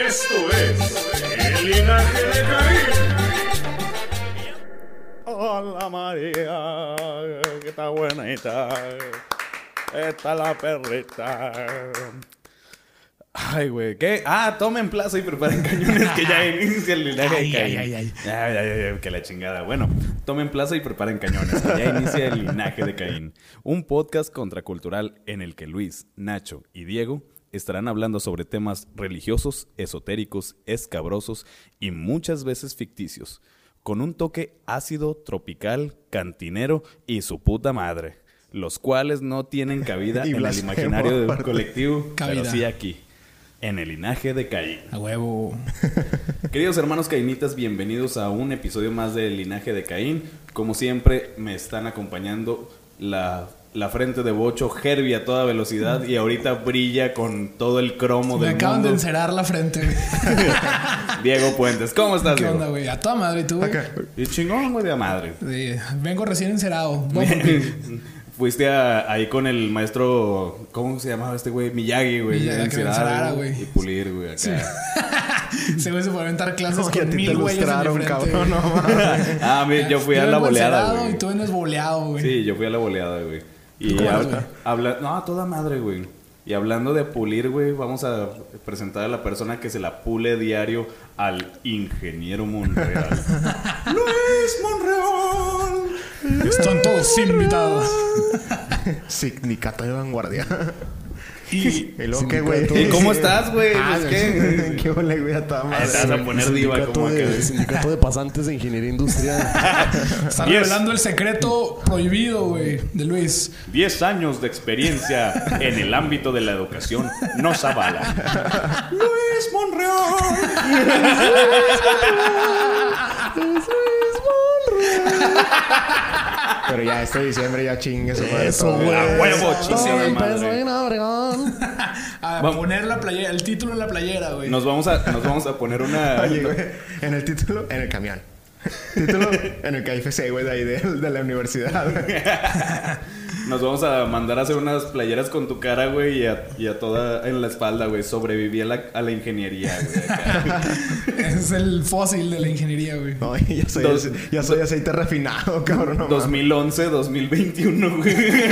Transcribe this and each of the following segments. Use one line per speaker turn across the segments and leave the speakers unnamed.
Esto es El Linaje de Karim.
Hola Oh, María, que está bonita. Está la perrita. Ay, güey, ¿qué? Ah, tomen plaza y preparen cañones que ya inicia el linaje
Ay,
de Caín.
ay, ay, ay.
Ay, ay, ay, que la chingada. Bueno, tomen plaza y preparen cañones que ya inicia el linaje de Caín. Un podcast contracultural en el que Luis, Nacho y Diego estarán hablando sobre temas religiosos, esotéricos, escabrosos y muchas veces ficticios. Con un toque ácido, tropical, cantinero y su puta madre. Los cuales no tienen cabida
Y
en el
blasfemo,
imaginario de un
aparte.
colectivo, pero
Cabida.
sí aquí, en el linaje de Caín.
A huevo.
Queridos hermanos cainitas, bienvenidos a un episodio más del Linaje de Caín. Como siempre, me están acompañando la, la frente de bocho Herbie a toda velocidad y ahorita brilla con todo el cromo
Me
del
acaban de
mundo.
encerar la frente, güey.
Diego Puentes, ¿cómo estás,
¿Qué
Diego?
onda, güey? A toda madre, ¿y tú, güey?
Ok.
Y chingón, güey, de a madre.
Sí, vengo recién encerado. Voy por ti.
Fuiste a- ahí con el maestro, ¿cómo se llamaba este güey? Miyagi, güey.
Miyagi,
de
que me
encerar,
encerara, güey.
Y pulir, güey, acá.
Se güey se fue a aventar clases
Como que a
con
ti te
mil güeyes en la
lustraron,
frente.
cabrón.
güey.
No mames.
ah, mira, yo fui a la
vengo
boleada,
encerado
güey.
Y tú vienes boleado, güey.
Sí, yo fui a la boleada, güey. Y
¿Cómo
hab-
vas, güey?
habla, no, a toda madre, güey. Y hablando de pulir, güey, vamos a presentar a la persona que se la pule diario al ingeniero Monreal. Luis Monreal.
Están todos invitados.
Sindicato de vanguardia.
Y
El ok, güey.
¿Y cómo estás, güey?
Ah,
Pues,
¿Qué?
¿qué?
¿Qué ole, güey? A toda madre.
Ah, te vas a poner diva como acá.
de, sindicato de pasantes de ingeniería industrial.
está
Yes.
revelando el secreto prohibido, güey, de Luis.
Diez años de experiencia en el ámbito de la educación nos avala. Luis Monreal.
Pero ya este diciembre ya chingue su madre.
Eso,
todo,
güey.
A huevo,
Todo
chingue
el
madre.
pues,
peso en Obregón.
A
Vamos.
poner la playera, el título en la playera, güey.
Nos vamos a, nos vamos a poner una...
Oye, güey. En el título, en el camión. Título, en el KFC, güey, de ahí de, de la universidad. güey.
Nos vamos a mandar a hacer unas playeras con tu cara, güey, y a, y a toda en la espalda, güey. Sobreviví a la, a la ingeniería, güey. acá.
Es el fósil de la ingeniería, güey.
No, y ya soy,
Dos-
ya soy aceite refinado, cabrón. No, mames.
2011, 2021, güey. 12.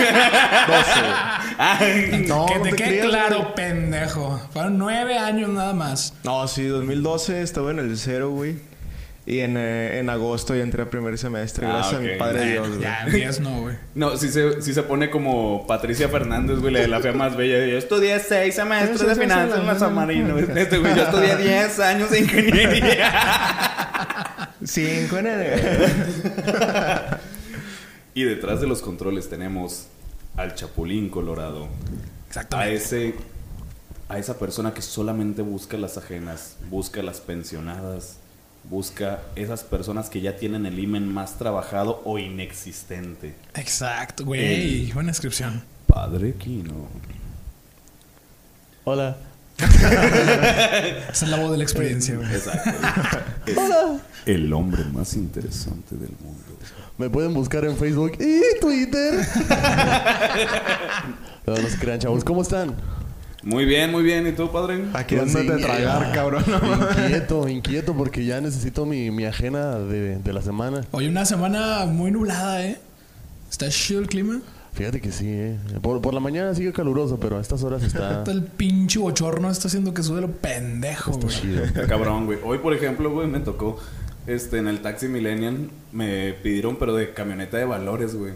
No,
que
no
te,
te
quede
creas,
claro,
güey.
pendejo. Fueron nueve años nada más.
No, sí, 2012 estaba en el cero, güey. Y en, eh, en agosto ya entré a primer semestre,
Ah,
gracias
ok.
a mi padre
Bueno,
Dios, güey.
ya, diez no, güey.
No, sí se, sí se pone como Patricia Fernández, güey, la de la fea más bella. Yo estudié seis semestres de finanzas más marino. Este, güey, yo estudié 10 años de ingeniería.
Cinco en el...
Y detrás de los controles tenemos al Chapulín Colorado. A
Exactamente.
ese. A esa persona que solamente busca las ajenas, busca las pensionadas, busca esas personas que ya tienen el imen más trabajado o inexistente.
Exacto, güey. Buena inscripción.
Padre Quino.
Hola.
Esa es la voz de la experiencia, güey.
Exacto. Es el hombre más interesante del mundo.
Me pueden buscar en Facebook y Twitter. No, no se crean, chavos. ¿Cómo están?
Muy bien, muy bien. ¿Y tú, padre?
Aquí dándote a tragar, cabrón. no mames.
Inquieto, inquieto, porque ya necesito mi, mi ajena de, de la semana.
Hoy una semana muy nublada, ¿eh? Está chido el clima.
Fíjate que sí, ¿eh? Por, por la mañana sigue caluroso, pero a estas horas está...
Todo el pinche bochorno está haciendo que sube lo pendejo, güey.
Está cabrón, güey. Hoy, por ejemplo, güey, me tocó este, en el Taxi Millennium. Me pidieron, pero de camioneta de valores, güey.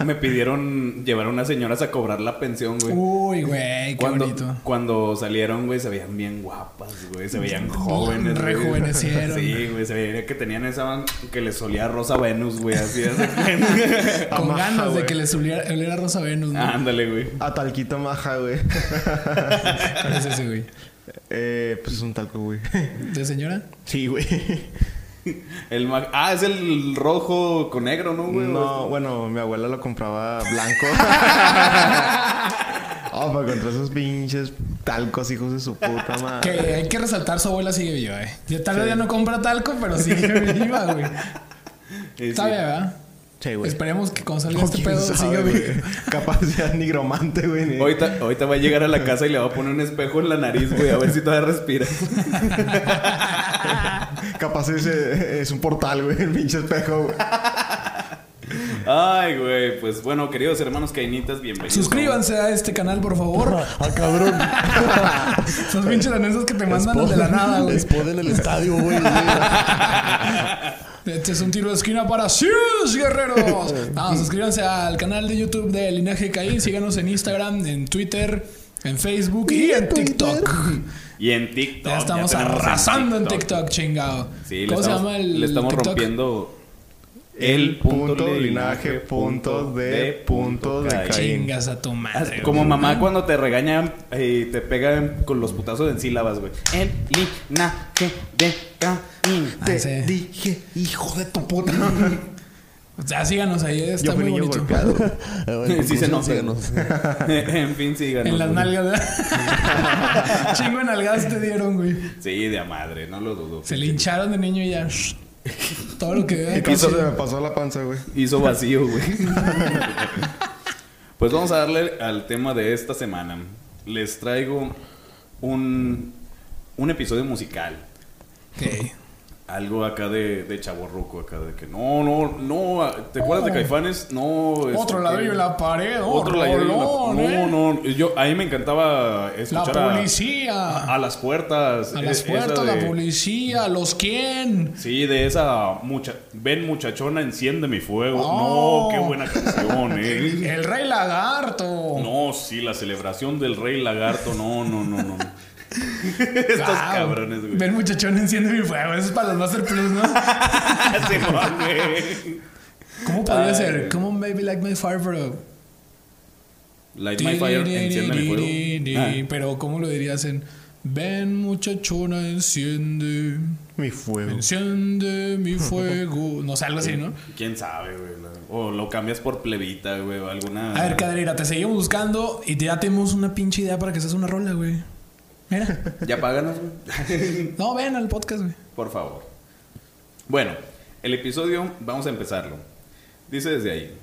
Me, me pidieron llevar a unas señoras a cobrar la pensión, güey.
Uy, güey, qué
Cuando,
bonito.
cuando salieron, güey, se veían bien guapas, güey. Se veían jóvenes. güey.
Mm, Rejuvenecieron.
Sí, güey. Se veía que tenían esa van que les solía Rosa Venus, güey. Así, así.
Con
Amaja,
ganas de
güey. Ah.
que le oliera, oliera Rosa Venus, ¿no?
Ándale, güey.
A talquito maja, güey.
¿Cuál es ese, güey?
Eh, pues es un talco, güey.
¿De señora?
Sí, güey.
El ma- Ah, es el rojo con negro, ¿no, güey?
No, bueno, mi abuela lo compraba blanco. Oh, para contra esos pinches talcos, hijos de su puta
Que
madre.
hay que resaltar, su abuela sigue viva, eh. Ya tal vez ya no compra talco, pero sigue viva, güey.
Eh, sí.
Está bien, ¿verdad?
Sí, güey.
Esperemos que cuando salga
No,
este
quién
pedo
sabe,
siga
güey.
vivo.
Capaz sea nigromante, güey. ni-
Ahorita, ahorita va a llegar a la casa y le va a poner un espejo en la nariz, güey, a ver si todavía respira.
Capaz es, eh, es un portal, güey. El pinche espejo, güey.
Ay, güey, pues bueno, queridos hermanos cainitas, bienvenidos.
Suscríbanse a este canal, por favor.
Ah, cabrón.
Esos pinches anuncios que te mandan de la nada, güey.
Spot en el estadio, güey.
Este es un tiro de esquina para Sirius Guerreros. No, suscríbanse al canal de YouTube de Linaje Caín. Síganos en Instagram, en Twitter, en Facebook y,
Y
en
en Twitter.
TikTok.
Y en TikTok.
Ya estamos
tenemos
arrasando en TikTok, chingado.
Sí, le
¿Cómo
estamos,
se llama el
le estamos
TikTok?
rompiendo
El punto linaje punto de punto de
Caín.
Caín.
Chingas a tu madre.
Como
güey.
mamá cuando te regaña y te pegan con los putazos en sílabas, güey. El linaje de Caín.
Ah,
Te
sí.
dije, hijo de tu puta.
Ya síganos ahí, eh, está
Yo fui
muy
niño
bonito.
golpeado.
Eh,
Sí se nos En fin, síganos.
En las
güey.
nalgas. ¿verdad? Chingo en nalgas te dieron, güey.
Sí, de a madre, no lo dudo.
Se le hincharon de niño y ya. Todo lo que
Y
vea.
casi se me pasó la panza, güey.
Hizo vacío, güey. pues vamos a darle al tema de esta semana. Les traigo un, un episodio musical.
Ok.
Algo acá de, de chaborruco, acá de que no, no, no, ¿te acuerdas de Caifanes? No.
Otro ladrillo en la pared.
Este,
oh, eh.
Otro ladrillo en la No, no, yo, a mí me encantaba
La
escuchar a-
policía.
a, las puertas.
A las
e- esa
puertas, la
de-
policía, los quién.
Sí, de esa mucha... Ven muchachona, enciende mi fuego.
Oh.
No, qué buena canción, eh.
El rey lagarto.
No, sí, la celebración del rey lagarto. No, no, no, no. Estos
Ah,
cabrones, güey.
Ven, muchachón, enciende mi fuego. Eso es para los Master Plus, ¿no?
Sí, no, güey.
¿Cómo podría
Ay,
ser?
güey.
Come on, baby, like my fire, bro.
Light my fire, enciende mi fuego. Ah.
Pero, ¿cómo lo dirías en. Ven, muchachona, enciende.
Mi fuego.
Enciende mi fuego. No sé, algo así, ¿no?
¿Quién sabe, güey? O lo cambias por plebita, güey, o
Ah.
alguna...
A ver, Cadereira, te seguimos buscando y te- ya tenemos una pinche idea para que seas una rola, güey. Mira.
Ya páganos, güey.
No, ven al podcast, güey.
por favor. Bueno, el episodio, vamos a empezarlo. Dice desde ahí.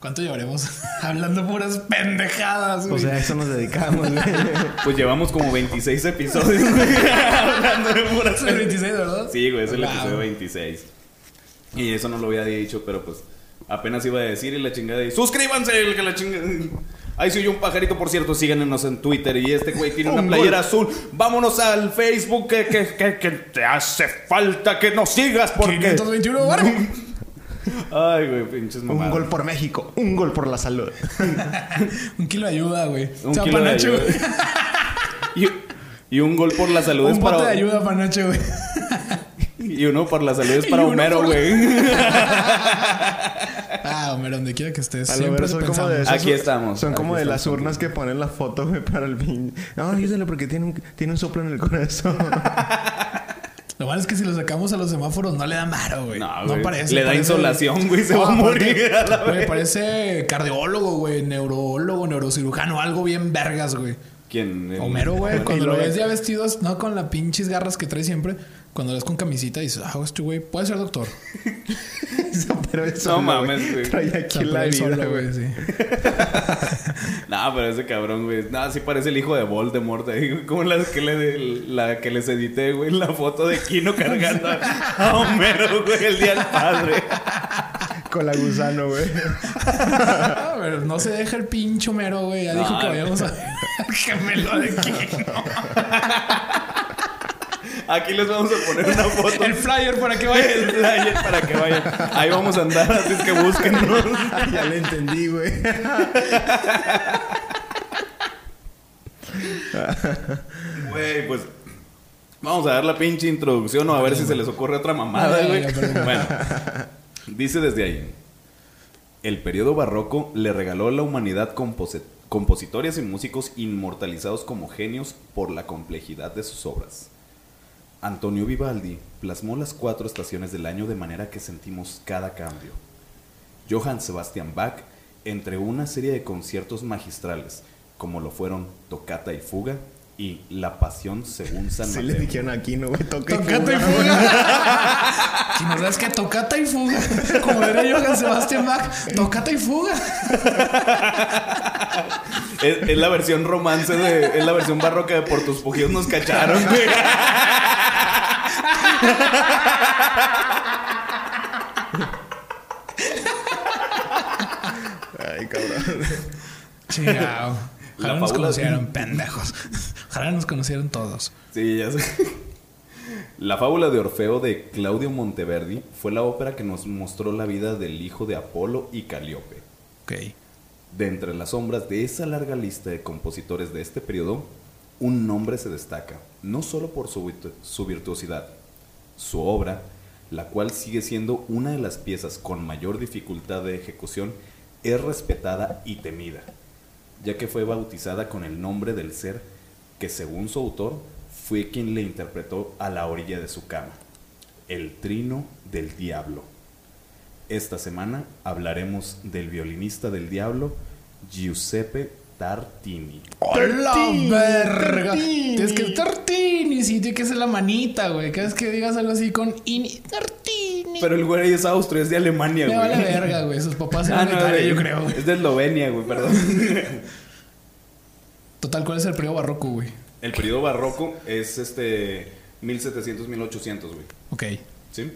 ¿Cuánto llevaremos hablando puras pendejadas,
O
güey?
sea, a eso nos dedicamos, güey.
Pues llevamos como 26 episodios, güey, hablando de puras
es el 26, ¿verdad? Ah,
Sí, güey, es el
Wow.
episodio 26. Y eso no lo había dicho, pero pues apenas iba a decir y la chingada y suscríbanse, el que la chingada. Ahí soy yo un pajarito, por cierto, síganos en Twitter y este güey
Oh,
tiene una
Un
playera azul. Vámonos al Facebook que, que, que, que te hace falta que nos sigas porque
521 barco.
Ay, güey, pinches
Un
mamadas.
gol por México. Un gol por la salud.
Un kilo de ayuda, güey.
Un kilo de
Panacho.
ayuda. Y, y un gol por la salud es
Un bote de
para
ayuda, Panacho, güey.
y uno por la salud es
Y
para
uno
Homero,
por-
güey.
Ah, Homero, donde quiera que estés.
A lo
siempre
ver,
te
son como
pensamos.
de esas-
Aquí estamos.
Son
Aquí
como de
estamos
las urnas que ponen la foto, güey, para el pin. No, ayúdale porque tiene un, tiene un soplo en el corazón.
Lo malo es que si lo sacamos a los semáforos no le dan varo, güey.
No,
No,
güey.
parece.
Le da
parece-
insolación, güey, se va a
aparte,
morir a la
Güey,
vez.
parece cardiólogo, güey, neurólogo, neurocirujano, algo bien vergas, güey.
¿Quién? El-
Homero, güey, cuando lo
luego-
ves ya vestidos, no con las pinches garras que trae siempre, cuando lo ves con camisita dices, ah, este güey puede ser doctor.
Pero eso.
mames, güey.
Trae
O sea,
aquí la
puede ir
vida,
solo,
güey.
sí.
No, pero ese cabrón, güey. No, sí parece el hijo de Voldemort. ahí, güey, Como la que, le, la que les edité, güey. La foto de Kino cargando a Homero, güey. El día del padre.
Con la gusano, güey.
Ah, pero no se deja el pincho mero, güey. Ya
No,
dijo que
güey.
vayamos a gemelo de Kino.
Aquí les vamos a poner una foto.
El flyer para que vaya.
El flyer para que vayan. Ahí vamos a andar, así es que búsquennos.
ya le entendí, güey.
Güey, pues. Vamos a dar la pinche introducción o a ver si se les ocurre otra mamada,
Ay,
güey.
ya, perdón.
Bueno, dice desde ahí. El periodo barroco le regaló a la humanidad compose- compositores y músicos inmortalizados como genios por la complejidad de sus obras. Antonio Vivaldi plasmó las cuatro estaciones del año de manera que sentimos cada cambio. Johann Sebastian Bach entre una serie de conciertos magistrales, como lo fueron Tocata y Fuga, y La Pasión según San
Sí
Mateo.
le dijeron aquí, no, güey, toca y
Tocata y
fuga.
fuga. Si nos das que tocata y fuga, como era Johann Sebastian Bach, tocata y fuga.
Es, es la versión romance de. Es la versión barroca de Por tus pujíos nos cacharon, güey.
Ay, cabrón.
Chingao. ah, Ojalá
La fábula
nos
de-
conocieron, pendejos. Ojalá nos conocieron todos.
Sí, ya sé. La fábula de Orfeo de Claudio Monteverdi fue la ópera que nos mostró la vida del hijo de Apolo y Calíope.
Ok.
De entre las sombras de esa larga lista de compositores de este periodo, un nombre se destaca, no solo por su, virtu- su virtuosidad, su obra, la cual sigue siendo una de las piezas con mayor dificultad de ejecución, es respetada y temida, ya que fue bautizada con el nombre del ser que, según su autor, fue quien le interpretó a la orilla de su cama, el trino del diablo. Esta semana hablaremos del violinista del diablo, Giuseppe Tartini.
¡Hola, verga! Tienes que Tartini, sí, tiene que ser la manita, güey. Cada vez que digas algo así con ini, Tartini.
Pero el güey es austro, es de Alemania,
Me
güey.
vale verga, güey. Sus papás
Ah,
eran de
no,
Italia,
de-
yo creo, güey.
Es de Eslovenia, güey, perdón.
Total, ¿cuál es el periodo barroco, güey?
El periodo barroco es este 1700-1800, güey.
Ok.
¿Sí?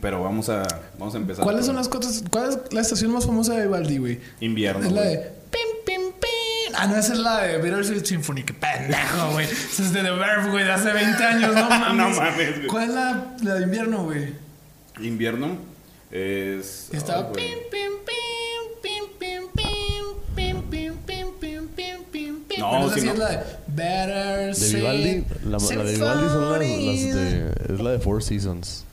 Pero vamos a, vamos a empezar.
¿Cuáles
por
son las cosas? ¿Cuál es la estación más famosa de Vivaldi, güey?
Invierno.
Es la
güey.
de pim, pim, pim. Ah, no, esa es la de Bittersweet Symphony. Qué pendejo, güey. Esa es de The Verve, güey, de hace 20 años. No mames.
No mames, güey.
¿Cuál es la, la de invierno, güey?
Invierno es.
Que Estaba
ay, güey.
pim, pim, pim, pim, pim, pim, pim, pim, pim, pim, pim, pim.
No,
Pero esa
si
sí
no-
es la de Better
De Vivaldi, la, la de Vivaldi son las, las de. Es la de Four Seasons.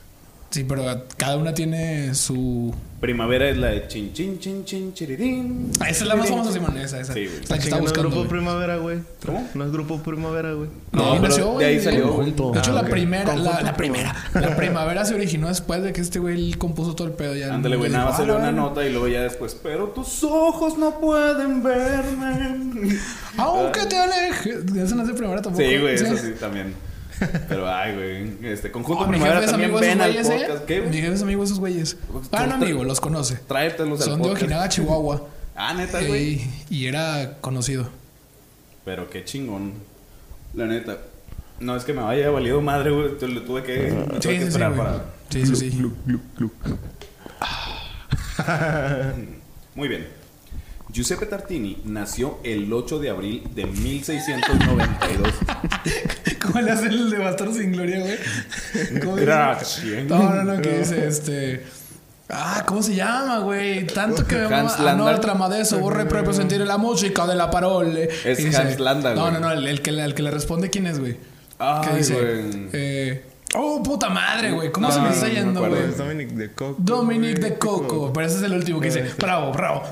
Sí, pero cada una tiene su...
Primavera es la de chin chin chin chin chirirín.
Ah, Esa es la más famosa, Simón. Esa, esa.
Sí, güey.
La que
no
está
es
buscando,
grupo
güey.
primavera, güey.
¿Cómo?
No es grupo primavera, güey.
No, pero de
güey,
ahí
de-
salió, güey.
De hecho,
Ah,
la
ok.
primera, la,
Conjunto.
la primera, la primavera se originó después de que este güey compuso todo el pedo ya.
Ándale, güey, nada más
Dijo,
salió
"Ah,
una
la verga".
nota y luego ya después. Pero tus ojos no pueden verme.
Aunque te alejes. Esa no es de primavera tampoco.
Sí, güey, eso sí también. Pero ay, güey, este conjunto
Oh, mi
primavera
jefe es
también
amigo de esos
ven al
güeyes,
podcast. ¿Qué?
¿eh? Mi
güey? Pues
jefe es amigo de esos güeyes. Ah, no, amigo, los conoce.
Tráetelos al
Son de
podcast.
Ojinaga, Chihuahua.
Ah, neta, güey.
Y, y era conocido.
Pero qué chingón. La neta. No es que me vaya valido madre, güey. Te- Le tuve que, le tuve
Sí,
que
sí, sí,
esperar
güey.
para.
Sí, sí, sí.
Muy bien. Giuseppe Tartini nació el 8 de abril de 1692.
¿Cómo le hace el de Bastardo sin Gloria, güey? ¿Cómo dice?
Gracias.
No, no, no, que dice este. Ah, ¿cómo se llama, güey? Tanto que me
Hans
mama- ah, no,
Landau.
la trama de eso, vorrei proprio sentire la música de la parole.
Es
Y dice-
Hans Landau,
No,
güey.
no, no, el, el que, le- el que le responde, ¿quién es, güey?
Ay,
que dice.
güey.
eh, oh, puta madre, güey. ¿Cómo
No,
se me
no,
está
no me
yendo,
acuerdo.
güey?
Es Dominic de Coco.
Dominic
güey.
de Coco, Este. pero ese es el último que dice, bravo, bravo.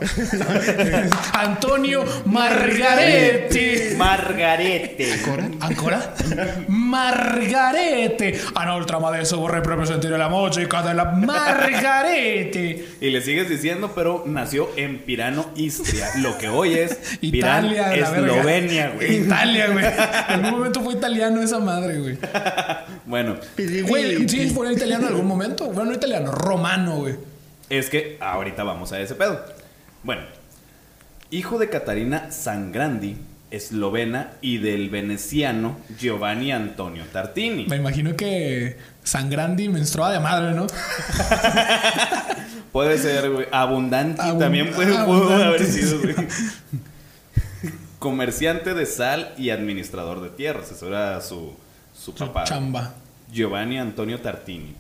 Antonio Margarete.
Margarete.
Ancora? Margarete! Ah no, trama de eso vorrei proprio sentire la musica della Margarete!
Y le sigues diciendo, pero nació en Pirano, Istria. Lo que hoy es Pirano,
Italia, la verga.
Eslovenia, güey.
Italia, güey. En algún momento fue italiano esa madre, güey.
Bueno,
Güey, sí, fue italiano en algún momento. Bueno, no italiano, romano, güey.
es que ahorita vamos a ese pedo. Bueno, hijo de Catarina Sangrandi, eslovena, y del veneciano Giovanni Antonio Tartini.
Me imagino que Sangrandi menstruaba de madre, ¿no?
Puede ser, güey. Abundante
Abun-
también puede,
abundante.
pudo haber sido, güey. Comerciante de sal y administrador de tierras. Eso era su, su papá.
Chamba.
Giovanni Antonio Tartini.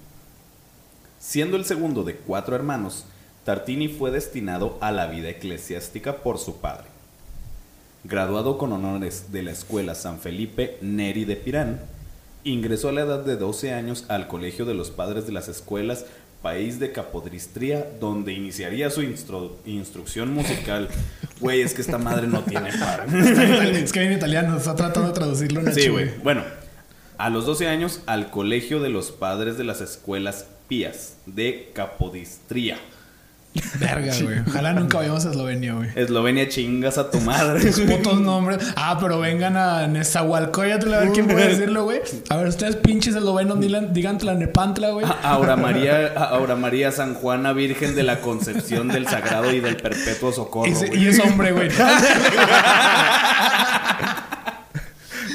Siendo el segundo de cuatro hermanos, Tartini fue destinado a la vida eclesiástica por su padre. Graduado con honores de la Escuela San Felipe Neri de Pirán, ingresó a la edad de 12 años al Colegio de los Padres de las Escuelas País de Capodistría, donde iniciaría su instru- instrucción musical. Güey, es que esta madre no tiene par.
Es que en italiano, está tratando de traducirlo en
Sí, güey. Bueno, a los 12 años al colegio de los padres de las escuelas pías de Capodistría.
Verga, güey. Ojalá nunca vayamos a Eslovenia, güey.
Eslovenia chingas a tu madre. güey.
Putos nombres. Ah, pero vengan a Nezahualcóyotl a ver quién puede decirlo, güey. A ver, ustedes pinches eslovenos digan, digan Tlanepantla, güey.
A- Aura María, a- Aura María San Juana, Virgen de la Concepción del Sagrado y del Perpetuo Socorro.
Ese-
güey.
y es hombre, güey.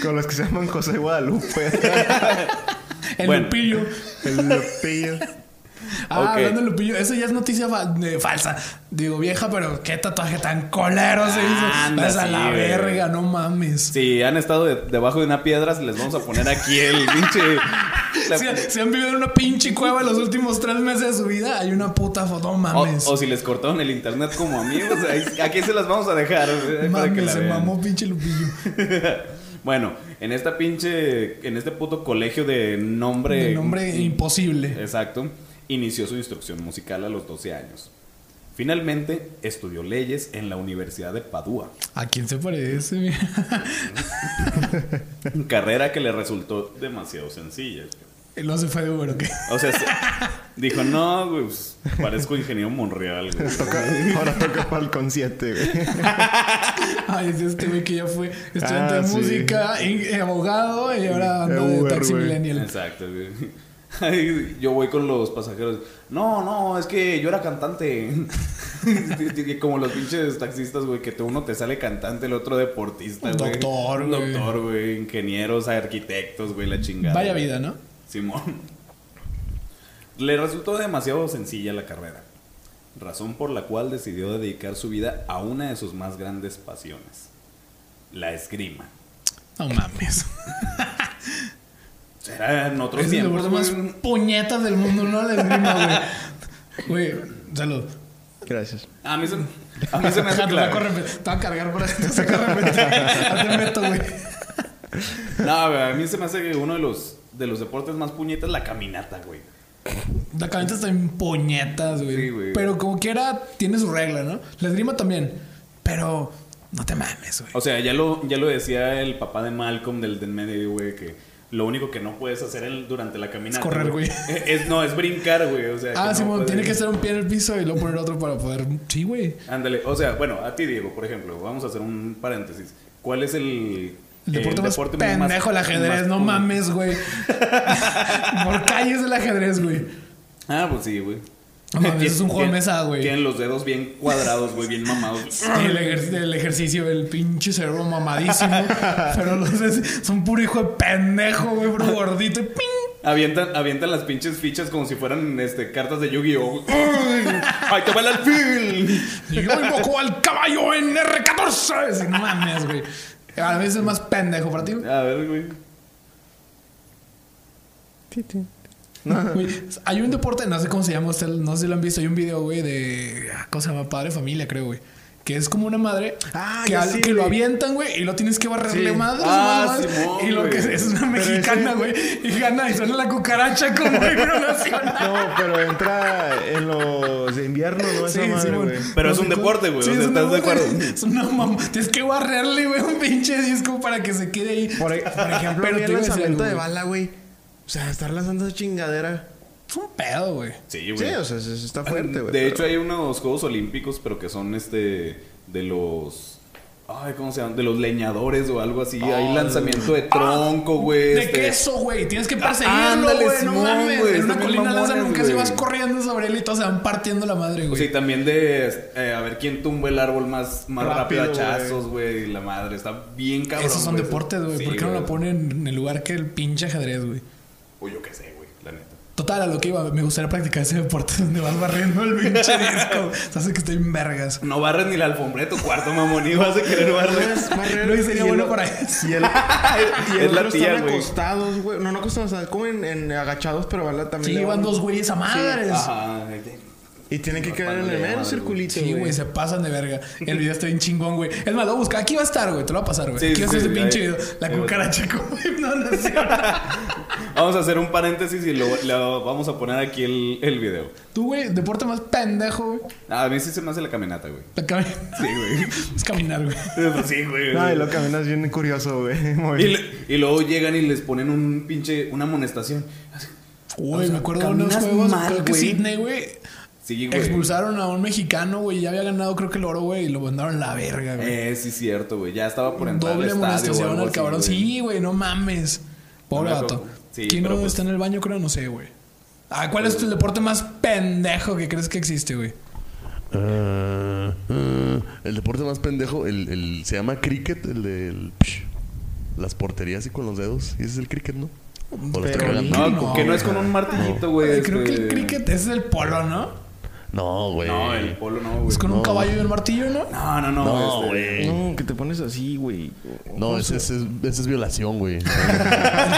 Con los que se llaman José Guadalupe.
El
Bueno.
Lupillo.
El Lupillo.
Ah,
Ok.
hablando del Lupillo. Eso ya es noticia fa- de- falsa. Digo, vieja, pero qué tatuaje tan colero se hizo.
Anda,
Vas a
sí,
la
güey.
verga, no mames.
Si han estado de- debajo de una piedra, les vamos a poner aquí el pinche. la-
Si, si han vivido en una pinche cueva los últimos tres meses de su vida, hay una puta foto, no
o,
mames.
o si les cortaron el internet como a mí, o sea, ahí- aquí se las vamos a dejar. güey, para que
mames,
la
se
vean.
mamó pinche Lupillo.
Bueno, en esta pinche. En este puto colegio de nombre.
De nombre imposible.
Exacto. Inició su instrucción musical a los 12 años. Finalmente estudió leyes en la Universidad de Padua.
¿A quién se parece? mira?
Carrera que le resultó demasiado sencilla.
Él Eh, no se fue de Uber, ¿o qué?
O sea, se- dijo, no, güey, pues, parezco ingeniero Monreal, güey.
Toca- ahora toca para el concierto, güey.
Ay, es este güey que ya fue estudiante
Ah,
de
sí.
música, y- eh, abogado y ahora anda de
Uber,
taxi
güey.
millennial.
Exacto, güey. Ay, Yo voy con los pasajeros. No, no, es que yo era cantante. Y Como los pinches taxistas, güey, que te- uno te sale cantante, el otro deportista, güey.
Doctor, güey.
Doctor, güey. Ingenieros, arquitectos, güey, la chingada.
Vaya vida, ¿no?
Simón. Le resultó demasiado sencilla la carrera, razón por la cual decidió dedicar su vida a una de sus más grandes pasiones, la esgrima.
No mames.
Será en otros
Es el
tiempos.
deporte más
güey.
puñetas del mundo, no la esgrima, güey. Güey, salud.
Gracias.
A mí se, a mí se me hace
Ja, te saco
claro.
repet- Te voy a cargar por esto, te saco repetido. Ya te meto, güey.
No, güey, a mí se me hace que uno de los, de los deportes más puñetas es la caminata, güey.
La cabeza está en puñetas, güey.
Sí, güey.
Pero como quiera, tiene su regla, ¿no? La esgrima también. Pero no te mames, güey.
O sea, ya lo, ya lo decía el papá de Malcolm del del medio, güey, que lo único que no puedes hacer en- durante la caminata. e,
Es correr, güey.
Es, no, es brincar, güey. O sea, que
Ah,
no
Simón,
puedes-
tiene que ser un pie en el piso y luego poner otro para poder. Sí, güey.
Ándale, o sea, bueno, a ti, Diego, por ejemplo, vamos a hacer un paréntesis. ¿Cuál es el,
El
el
deporte más
más-
pendejo, el ajedrez,
más-
no mames, güey. Por calles el ajedrez, güey.
Ah, pues sí, güey.
No mames,
Tien-
es un juego de
tien-
mesa, güey.
Tienen los dedos bien cuadrados, güey, bien mamados.
El, ejer- el ejercicio, el pinche cerebro mamadísimo. pero los es, son puro hijo de pendejo, güey, puro gordito. y ¡ping!
Avientan, avientan las pinches fichas como si fueran este, cartas de Yu-Gi-Oh! güey. ¡Ay! ¡Ahí te va el alfil!
Y yo invoco al caballo en R14. Es decir, No mames, güey. A veces es más pendejo para ti.
A ver, güey.
Güey, hay un deporte, no sé cómo se llama, usted, no sé si lo han visto, hay un video, güey, de... ah, ¿Cómo se llama? Padre Familia, creo, güey. Que es como una madre
Ah,
que,
ya
al-
sí,
que lo
güey.
avientan, güey, y lo tienes que barrerle
Sí.
madres,
Ah,
madres, madres,
Simón,
Y lo que es,
güey.
es una mexicana, güey, y gana y suena la cucaracha como himno nacional.
No, pero entra en los de invierno, ¿no? Esa
Sí,
madre,
Simón.
güey.
Pero es un
sé cómo-
deporte, güey,
Sí,
o sea,
es un
¿estás de
deporte.
acuerdo?
Es una mamá. Tienes que barrerle, güey, un pinche disco para que se quede ahí.
Por, e- por ejemplo,
Pero
pero
te
el
iba a decir algo,
lanzamiento de
güey.
bala, güey. O sea, estar lanzando esa chingadera.
Es un pedo, güey.
Sí, güey.
Sí, o sea, se- se está fuerte,
de
güey.
hecho, hay unos Juegos Olímpicos, pero que son este. de los. Ay, ¿cómo se llaman? De los leñadores o algo así. hay lanzamiento de tronco, güey.
Ah. De
este,
queso, güey. Tienes que perseguirlo,
ándale,
güey. No
Simón,
mames.
güey,
En una
están bien
colina
mamones,
lanza nunca si
güey.
vas corriendo sobre él y todos se van partiendo la madre, güey.
Sí, también de eh, a ver quién tumba el árbol más, más rápido,
Rápido,
a hachazos, güey. La madre, está bien cabrón.
Esos son
güey.
deportes, güey.
Sí,
¿Por qué no lo ponen en el lugar que el pinche ajedrez, güey?
Uy, yo qué sé, güey, la neta.
Total, a lo que iba, me gustaría practicar ese deporte donde vas barriendo el pinche disco. Se hace que estoy en vergas.
No barres ni la alfombra de tu cuarto, mamón. Y vas a querer barrer.
Pues, Luis sería bueno para eso.
Y el, y el
Es la
otro
tía,
están
güey.
acostados, güey. No, no acostados, o sea, como en, en agachados, pero bala también.
Sí,
le
van
van-
dos güeyes a madres.
Ajá.
Y tienen que quedar en
Madre,
el mero
Ah, madre,
circulito,
Sí, güey, se pasan de verga. El video está bien chingón, güey. Es más, lo voy a buscar. Aquí va a estar, güey. Te lo va a pasar, güey.
Sí,
Aquí va a estar
sí,
ese pinche
ahí-
video. La
ahí va a
cucaracha como himno nacional.
Vamos a hacer un paréntesis y lo, lo vamos a poner aquí el, el video. Ah,
Tú, güey, deporte más pendejo, güey.
A mí sí se me hace la caminata, güey.
La cami-
Sí, güey.
Es caminar, güey.
Pues sí, güey.
Ay, lo caminas bien curioso, güey. Muy
Y,
bien.
le- y luego llegan y les ponen un pinche, una amonestación.
Uy,
O sea,
me acuerdo de unos
caminas
juegos,
mal,
creo que
güey.
Sydney, güey.
Sí, güey.
Expulsaron a un mexicano, güey. Ya había ganado, creo que el oro, güey. Y lo mandaron a la verga, güey.
Eh, sí, cierto, güey. Ya estaba por entrar
Doble
al estadio. o
amonestación
algo
al
así,
cabrón.
güey.
Sí, güey, no mames. Pobre
No me
gato.
acuerdo. Sí,
¿Quién no
pero pues-
está en el baño? Creo, no sé, güey. Ah, ¿cuál es el deporte más pendejo que crees que existe, güey?
Ah, ah, el deporte más pendejo, el, el- se llama cricket, el de las porterías y con los dedos. Y ese es el cricket, ¿no? O lo estoy
Pero
cagando.
No,
No,
que no es con
güey.
un martillito, güey.
Eh, Creo que
este-
el cricket ese es el polo, ¿no?
No, güey.
No, el polo pues no, güey.
Es con un
no.
caballo y un martillo, ¿no?
No, no, no.
No,
este-
güey. No,
Eh, No, que te pones así, güey.
ese, ese- ese es violación, güey.
El que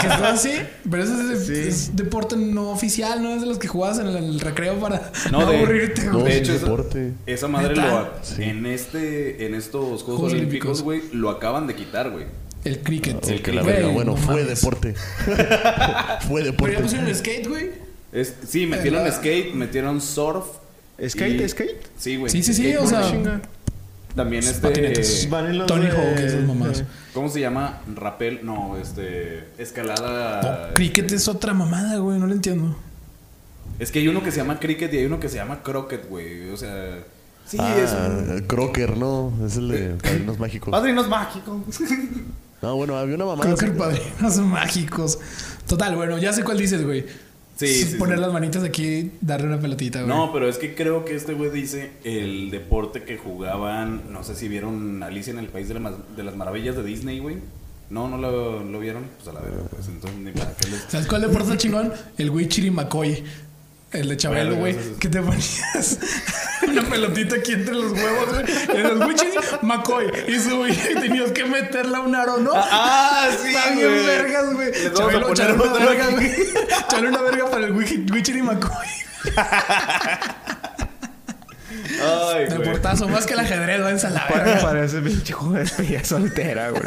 está así. Pero ese es, es deporte no oficial, ¿no? Es de los que jugabas en el, el recreo para no,
No, de,
aburrirte,
no,
güey.
de
es
hecho, esa,
deporte.
esa madre lo,
¿Neta?
a- en este, en estos Juegos,
Juegos
Olímpicos,
Olímpicos.
güey, lo acaban de quitar, güey.
El cricket.
El que la
Güey,
verga. Bueno,
no
fue
mames.
deporte. fue
Pero ya
deporte.
pusieron skate, güey.
Es- sí, metieron
¿Verdad?
skate, metieron surf.
¿Skate,
y-
skate? Ah,
Sí, güey.
Sí, sí, sí. O sea,
Chinga.
También
patinetes.
este.
Van en los
Tony
de-
Hawk, esas mamás.
de-
¿Cómo se llama? Rappel. No, este.
Ah.
Escalada.
No, cricket es otra mamada, güey, no lo entiendo.
Es que hay uno que se llama cricket y hay uno que se llama croquet, güey. O sea. Sí, es un.
Ah, Crocker, no. Es el de Padrinos Mágicos.
Padrinos mágicos.
No, bueno, había una mamá.
Creo que el padrinos mágicos. Total, bueno, ya sé cuál dices, güey.
Sí,
Es
sí,
Poner
sí.
las manitas aquí, darle una pelotita, güey.
No, pero es que creo que este güey dice el deporte que jugaban. No sé si vieron Alicia en el País de, la Mas- de las Maravillas de Disney, güey. No, no lo, lo vieron. Pues a la verga, pues entonces ni para qué les-
¿Sabes cuál deporte está chingón? El güey Chirimacoy. El de Chabelo,
Verga,
güey.
eso es-
Que te ponías una pelotita aquí entre los huevos, güey. Era el güey Chirimacoy. Y su güey tenías que meterla a un aro, ¿no?
¡Ah, sí!
Está bien
güey.
vergas, güey.
Les vamos a
Chabelo,
poner
chale una
otro
verga,
aquí.
güey. Chale una verga para el güey güey Chirimacoy.
Ay, güey.
Deportazo, más que el ajedrez, váyanse a la verga.
Para, para ese pinche juego de despedida soltera, güey.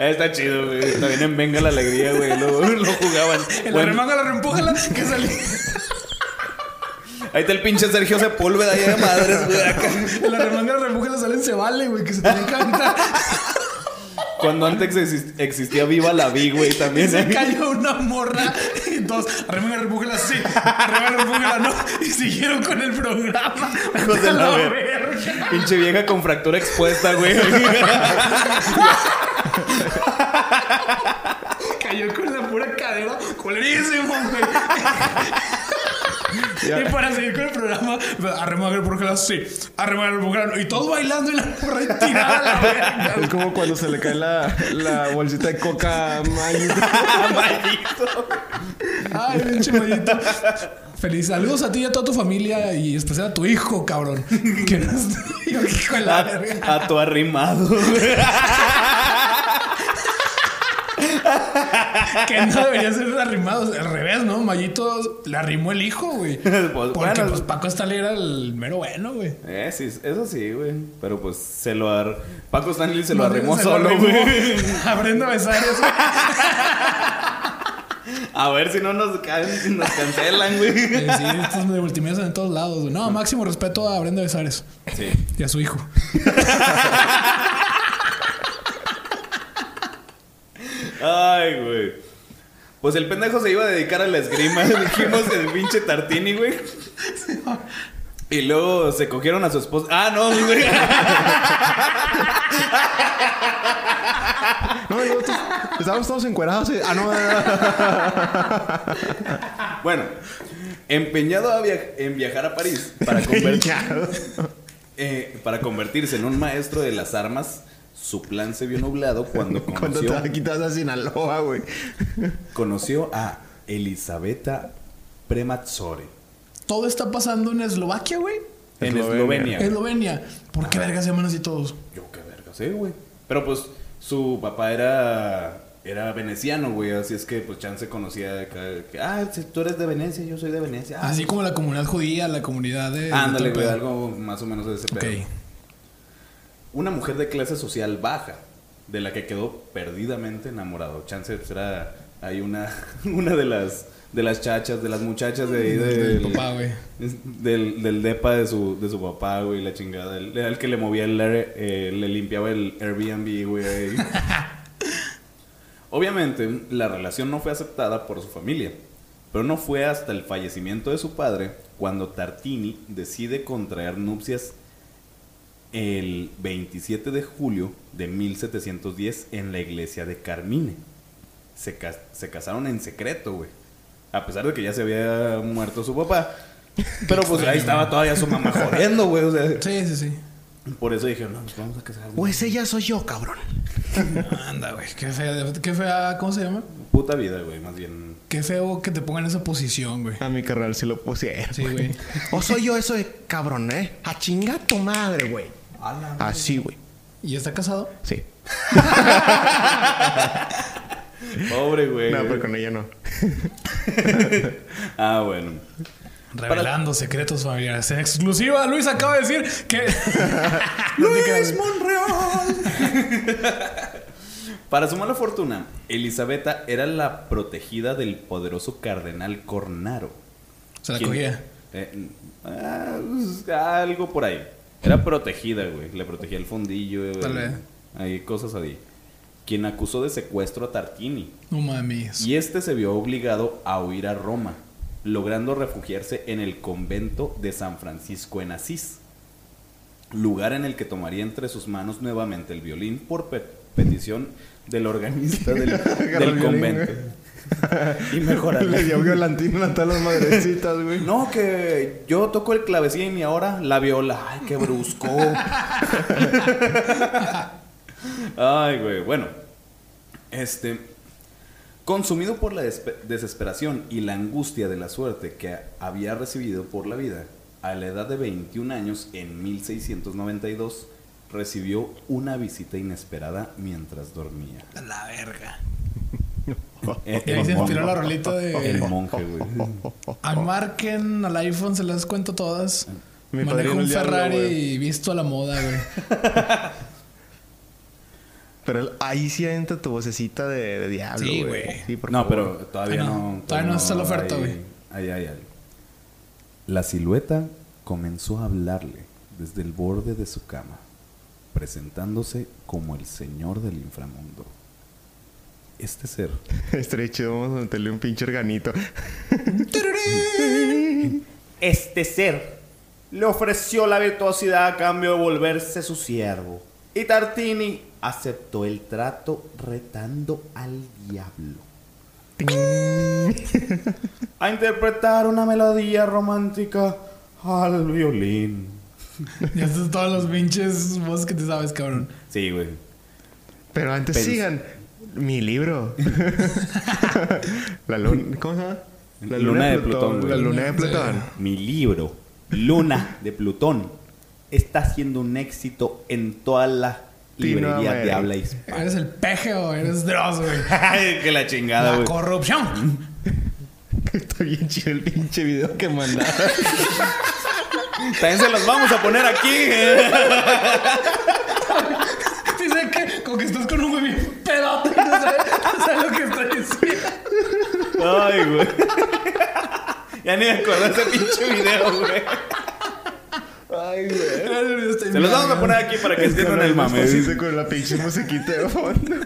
Eh, Está chido, güey. También en Venga la Alegría, güey. Lo, lo jugaban.
El
Bueno,
arremanga, la reempújala, que salí.
ahí está el pinche Sergio Sepúlveda, ya de madres, güey. acá.
El arremanga, la reempújala, salen, se vale, güey, que se tenía que aventar.
Cuando antes exis- existía Viva la Vi, güey, también. eh.
Se cayó una morra y dos, arremanga, reempújala, sí, arremanga, reempújala, no. Y siguieron con el programa.
Hijos de
A
la
la
ver-
verga.
Pinche vieja con fractura expuesta, güey.
Cayó con la pura cadera, colerísimo, güey. Y para seguir con el programa, arremanga, reempújala, sí, arremanga, reempújala, no. Y todos bailando y la morra ahí tirada a la verga.
Es como cuando se le cae la, la bolsita de coca a Miley.
Ay, pinche mallito. Feliz. Saludos a ti y a toda tu familia y en especial a tu hijo, cabrón. Que no es Yo, hijo de la verga.
A, a tu arrimado, güey.
Que no debería ser arrimado. Al revés, ¿no? Mallito le arrimó el hijo, güey.
Pues,
Porque
bueno.
pues Paco Stanley era el mero bueno, güey.
Eh, sí, eso sí, güey. Pero pues se lo ar... Paco Stanley se lo
Más
arrimó
bien se lo
solo,
arrimó
güey.
A Brenda Besares. güey.
A ver si no nos, can- nos cancelan, güey.
Eh, Sí, estos de multimedia en todos lados. güey. No, máximo respeto a Brenda Besares
Sí.
y a su hijo.
Ay, güey. Pues el pendejo se iba a dedicar a la esgrima. Dijimos el pinche Tartini, güey. Y luego se cogieron a su esposa. Ah, no, güey.
No, y nosotros estábamos todos encuerados. y- Ah, no, no, no.
Bueno, empeñado a via- en viajar a París para, conver- eh, para convertirse en un maestro de las armas, su plan se vio nublado cuando
Cuando
conoció,
te quitas a Sinaloa, güey.
conoció a Elisabetta Premazzore
Todo está pasando en Eslovaquia, güey.
en
Eslovenia.
Eslovenia.
Eslovenia. ¿Por qué vergas se llaman así todos?
Yo qué verga sé, güey. Pero pues su papá era era veneciano, güey, así es que pues chance conocía de acá, que, ah, si tú eres de Venecia, yo soy de Venecia. Ah,
Así como la comunidad judía, la comunidad de.
Ándale,
de
güey,
todo
algo más o menos de ese
pedo.
pedo.
Ok.
Una mujer de clase social baja, de la que quedó perdidamente enamorado. Chance pues, era hay una una de las de las chachas, de las muchachas de ahí
Del
del
papá, güey.
es- Del, del depa de su, de su papá, güey, la chingada. Él Era el que le movía el... aire, eh, le limpiaba el Airbnb, güey. ahí. Obviamente, la relación no fue aceptada por su familia. Pero no fue hasta el fallecimiento de su padre cuando Tartini decide contraer nupcias el 27 de julio de 1710 en la iglesia de Carmine. Se, cas- se casaron en secreto, güey. A pesar de que ya se había muerto su papá. Pero pues ahí estaba todavía su mamá jodiendo, güey. O sea,
Sí, sí, sí.
por eso dije, no, nos vamos a casar. güey".
Pues ella soy yo, cabrón.
Anda, güey. Qué fea, qué fea, ¿cómo se llama?
Puta vida, güey, más bien.
Qué feo que te pongan en esa posición, güey.
A mi carnal sí lo pusieron.
Sí, güey.
O soy yo eso de cabrón, ¿eh? A chingar tu madre, güey. Así, güey.
¿Y está casado?
Sí.
Pobre, güey.
No, pero con ella no.
Ah, bueno.
Revelando secretos familiares. En exclusiva, Luis acaba de decir que.
creas.
¡Luis Monreal!
Para su mala fortuna, Elisabetta era la protegida del poderoso cardenal Cornaro.
Se la
¿Quién?
cogía.
Eh, ah, pues, algo por ahí. Era protegida, güey. Le protegía el fondillo.
Tal vez.
Hay cosas ahí. Quien acusó de secuestro a Tartini.
No mames.
Y este se vio obligado a huir a Roma, logrando refugiarse en el convento de San Francisco en Asís, lugar en el que tomaría entre sus manos nuevamente el violín por pe- petición del organista del, del
el violín,
convento. y mejoraría.
Le dio violantino a todas las madrecitas, güey.
No, que yo toco el clavecín y ahora la viola. Ay, qué brusco. Ay, güey. Bueno, este. Consumido por la despe- desesperación y la angustia de la suerte que a- había recibido por la vida, a la edad de 21 años, en 1692, recibió una visita inesperada mientras dormía. Eh,
A La verga.
El,
Y ahí se inspiró la rolita
el
de.
monje, güey.
A marquen al iPhone, se las cuento todas.
Mi
Manejo
padrino
un
el diablo,
Ferrari
güey.
y visto a la moda, güey.
Pero el- ahí sí entra tu vocecita de, de diablo,
Sí,
güey.
güey.
Sí, por
no,
favor.
pero todavía
Ah, no.
no.
Todavía no está la oferta,
hay-
güey.
Ahí hay algo. La silueta comenzó a hablarle desde el borde de su cama, presentándose como el señor del inframundo. Este ser
Estaría chido, vamos a meterle un pinche organito.
Este ser le ofreció la virtuosidad a cambio de volverse su siervo. Y Tartini aceptó el trato retando al diablo. a interpretar una melodía romántica al violín.
Ya estos todos los pinches voces que te sabes, cabrón.
Sí, güey.
Pero antes
Pens-
sigan. Mi libro. la luna. ¿Cómo se llama? La
Luna de Plutón, güey.
La luna de
Sí.
Plutón.
Mi libro, Luna de Plutón, está siendo un éxito en todas las librerías de
Latinoamérica.
habla hispana.
¿Eres el peje o eres Dross, güey?
Ay, que la chingada,
La
güey.
corrupción.
Está bien chido el pinche video que mandaron.
También se los vamos a poner aquí. eh.
Dice que como que estás con un güey bien pedote y no sabes, no sabes lo que estoy diciendo.
Ay, güey. Ya ni me acordé de ese pinche video, güey.
Ay, güey.
El video está
Se los vamos a poner aquí para que entiendan el mame.
Despacito con la pinche musiquita de fondo.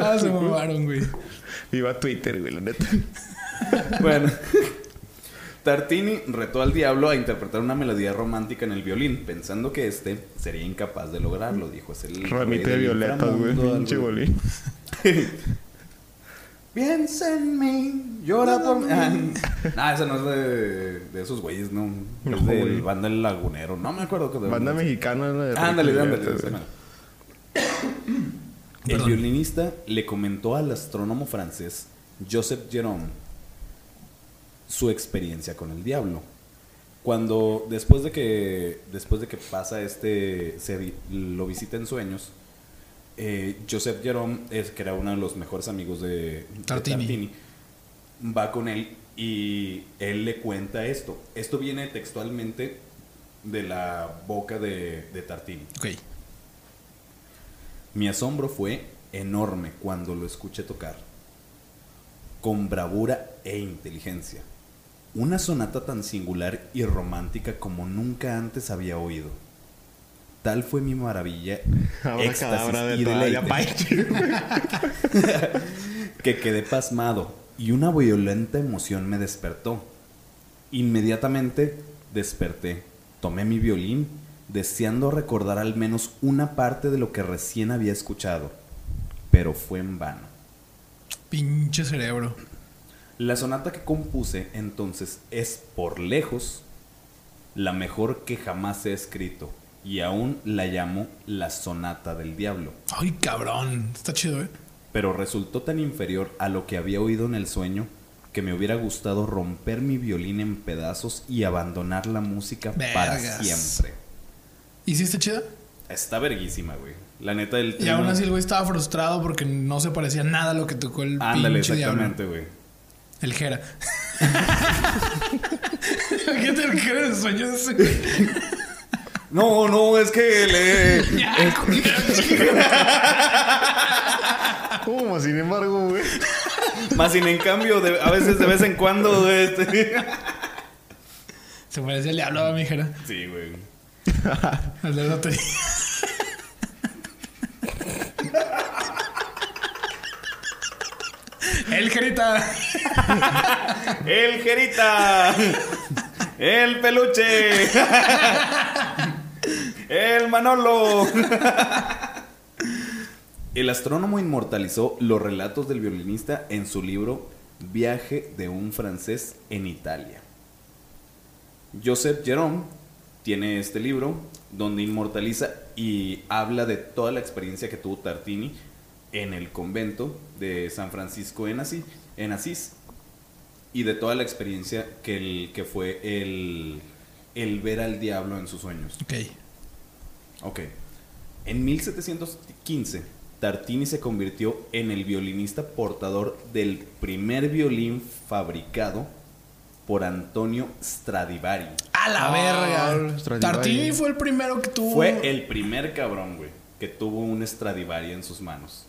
Ah, se mamaron, güey.
Viva Twitter, güey, la neta.
Bueno. Tartini retó al diablo a interpretar una melodía romántica en el violín, pensando que este sería incapaz de lograrlo, dijo. Es el
Ramito
rey
de
del
violetas, güey.
inframundo,
Pinche
algo.
bolín.
Piensa en mí, llora por mí. Ah, esa no es de, de esos güeyes, no.
No,
es del
güey.
banda El Lagunero. No me acuerdo que de
Banda mexicana. la de
Ándale,
Ramito de
ándale.
Violetas, güey.
El violinista le comentó al astrónomo francés Joseph Jerome su experiencia con el diablo. Cuando después de que después de que pasa este se vi- lo visita en sueños, eh, Joseph Jerome es que era uno de los mejores amigos de, de
Tartini.
va con él y él le cuenta esto. Esto viene textualmente de la boca de, de Tartini.
Ok.
Mi asombro fue enorme cuando lo escuché tocar, con bravura e inteligencia. Una sonata tan singular y romántica como nunca antes había oído. Tal fue mi maravilla,
Abra
éxtasis
cadabra
y
de
deleite
toalla.
que quedé pasmado y una violenta emoción me despertó. Inmediatamente desperté, tomé mi violín, deseando recordar al menos una parte de lo que recién había escuchado, pero fue en vano.
Pinche cerebro.
La sonata que compuse entonces es, por lejos, la mejor que jamás he escrito, y aún la llamo la Sonata del Diablo.
Ay, cabrón. Está chido, ¿eh?
pero resultó tan inferior a lo que había oído en el sueño que me hubiera gustado romper mi violín en pedazos y abandonar la música para
Vergas.
siempre.
¿Y sí está chida?
Está verguísima, güey. La neta del
Y aún así el güey estaba frustrado porque no se parecía nada a lo que tocó el
Ándale,
pinche diablo.
exactamente, güey.
El Jera. Imagínate el Jera en el sueño de ese güey.
No, no, es que le...
Ya, culero,
¿Cómo? Sin embargo, güey.
Más sin en cambio, de- a veces de vez en cuando, güey, este...
Se parece al diablo a mi Jera.
Sí, güey.
Al de la lotería. El Jerita.
¡El Jerita! ¡El Peluche! ¡El Manolo! El astrónomo inmortalizó los relatos del violinista en su libro Viaje de un francés en Italia. Joseph Jerome tiene este libro donde inmortaliza y habla de toda la experiencia que tuvo Tartini en el convento de San Francisco en Asís, en Asís y de toda la experiencia que, el, que fue el, el ver al diablo en sus sueños.
Ok.
Ok. En 1715, Tartini se convirtió en el violinista portador del primer violín fabricado por Antonio Stradivari.
A la
Ah,
verga.
Stradivari.
Tartini fue el primero que tuvo.
Fue el primer cabrón, güey, que tuvo un Stradivari en sus manos.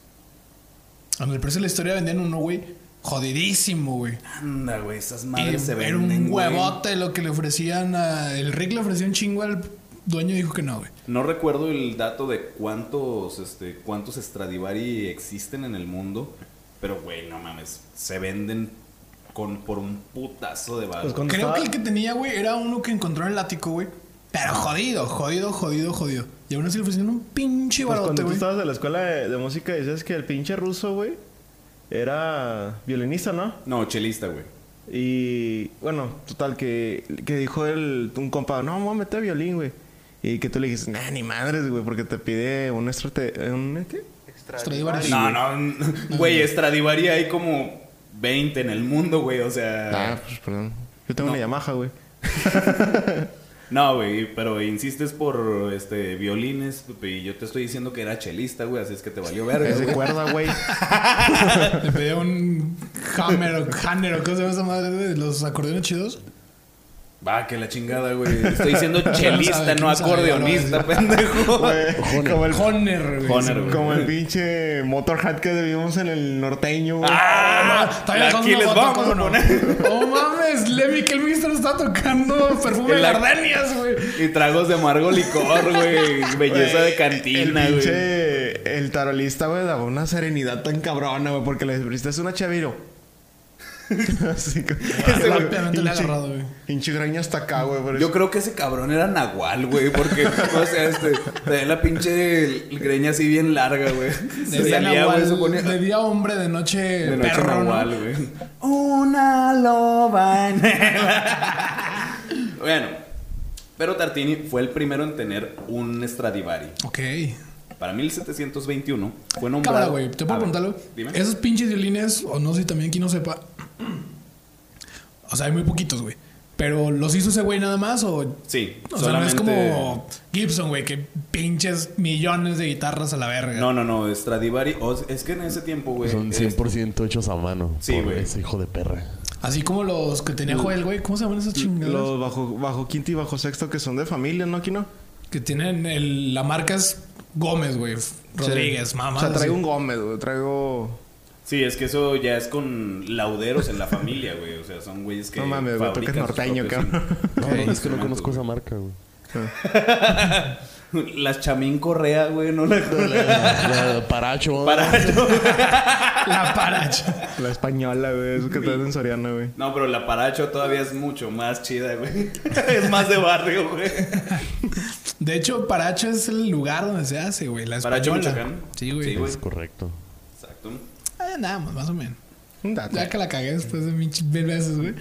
En el precio de la historia vendían uno, güey. Jodidísimo, güey.
Anda, güey, esas
Era
madres se
era
venden,
un
güey.
huevote lo que le ofrecían a. El Rick le ofreció un chingo al dueño y dijo que no, güey.
No recuerdo el dato de cuántos, este, cuántos Stradivari existen en el mundo, pero güey, no mames, se venden con por un putazo de valor.
Pues con-
Creo
estaba-
que el que tenía, güey, era uno que encontró en el ático, güey. Pero jodido, jodido, jodido, jodido. Y aún así le ofrecieron un pinche
Pues
barote,
cuando tú
güey.
estabas en la escuela de, de música decías que el pinche ruso, güey, era violinista, ¿no?
No, chelista, güey.
Y bueno, total, que, que dijo el, un compa, no, vamos a meter violín, güey. Y que tú le dijiste, nah, ni madres, güey, porque te pide un estrate... ¿Un qué?
Stradivari.
No, no, güey, Stradivari hay como 20 en el mundo, güey, o
Ah,
sea...
pues perdón.
Yo tengo una Yamaha, güey.
No, güey, pero insistes por este violines y yo te estoy diciendo que era chelista, güey, así es que te valió verga,
Es de
güey.
cuerda, güey.
Le pedía un hammer o hammer o cosa de esa madre, güey. de Los acordeones chidos.
Va, que la chingada, güey. Estoy diciendo
sabe,
chelista, no
quién sabe,
acordeonista, pendejo.
Como el,
Honor, güey.
Honer, güey.
como el pinche Motorhead que debimos en el norteño, güey.
¡Ah!
Todavía
Aquí
son
les
una
vamos
bota,
a
¿cómo no?
poner.
Oh mames, Lemmy Kilmister está tocando perfume de
La-
gardenias, güey.
Y tragos de amargo licor, güey. Belleza de cantina,
el
güey.
pinche, el tarolista, güey, daba una serenidad tan cabrona, güey, porque le prestaste una chaviro. Así que...
Rápidamente le ha agarrado, güey.
Pinche graña hasta acá, güey. por
Yo creo que ese cabrón era nahual, güey. Porque, o sea, este, tenía la pinche l- greña así bien larga, güey.
De
Se
día,
salía,
nahual,
güey, se ponía.
de día hombre, de noche,
De noche
perro, ¿no?
nahual, güey. Una loba. en el- bueno, pero Tartini fue el primero en tener un Stradivari.
Ok.
Para 1721 fue nombrado.
Cámara, güey. Te
A
puedo
ver,
preguntarlo.
Dime.
Esos pinches violines, o no sé si también quien no sepa. O sea, hay muy poquitos, güey. Pero los hizo ese güey nada más o.
Sí,
O sea, no es
solamente-
como Gibson, güey, que pinches millones de guitarras a la verga.
No, no, no, Stradivari. o- es que en ese tiempo, güey.
Son
es-
100% hechos a mano.
Sí,
por
güey.
Ese hijo de perra.
Así como los que tenía Joel, güey. ¿Cómo se llaman esos chingados?
Los bajo, bajo quinto y bajo sexto que son de familia, ¿no, Kino?
Que tienen el, la marca es Gómez, güey. Rodríguez,
Sí.
mamá.
O sea, traigo un Gómez, güey. Traigo...
Sí, es que eso ya es con lauderos en la familia, güey. O sea, son güeyes que.
No mames, güey, tú que
fabrican
eres
sus
norteño,
propios
cabrón.
No, no, es que no
instrumentos,
conozco esa
güey.
marca, güey.
Las chamín correa, güey, no la
La- la paracho. ¿no?
para
La paracha.
La española, güey. Eso que te en Soriana, güey.
No, pero la paracho todavía es mucho más chida, güey. Es más de barrio, güey.
De hecho, paracha es el lugar donde se hace, güey. La
Paracho,
española.
Michoacán.
Sí, güey.
Sí, güey.
Es correcto.
Exacto.
Eh, nada más, más o menos.
Un dato.
Ya que Mm, la cagué después de pinche mil veces, güey.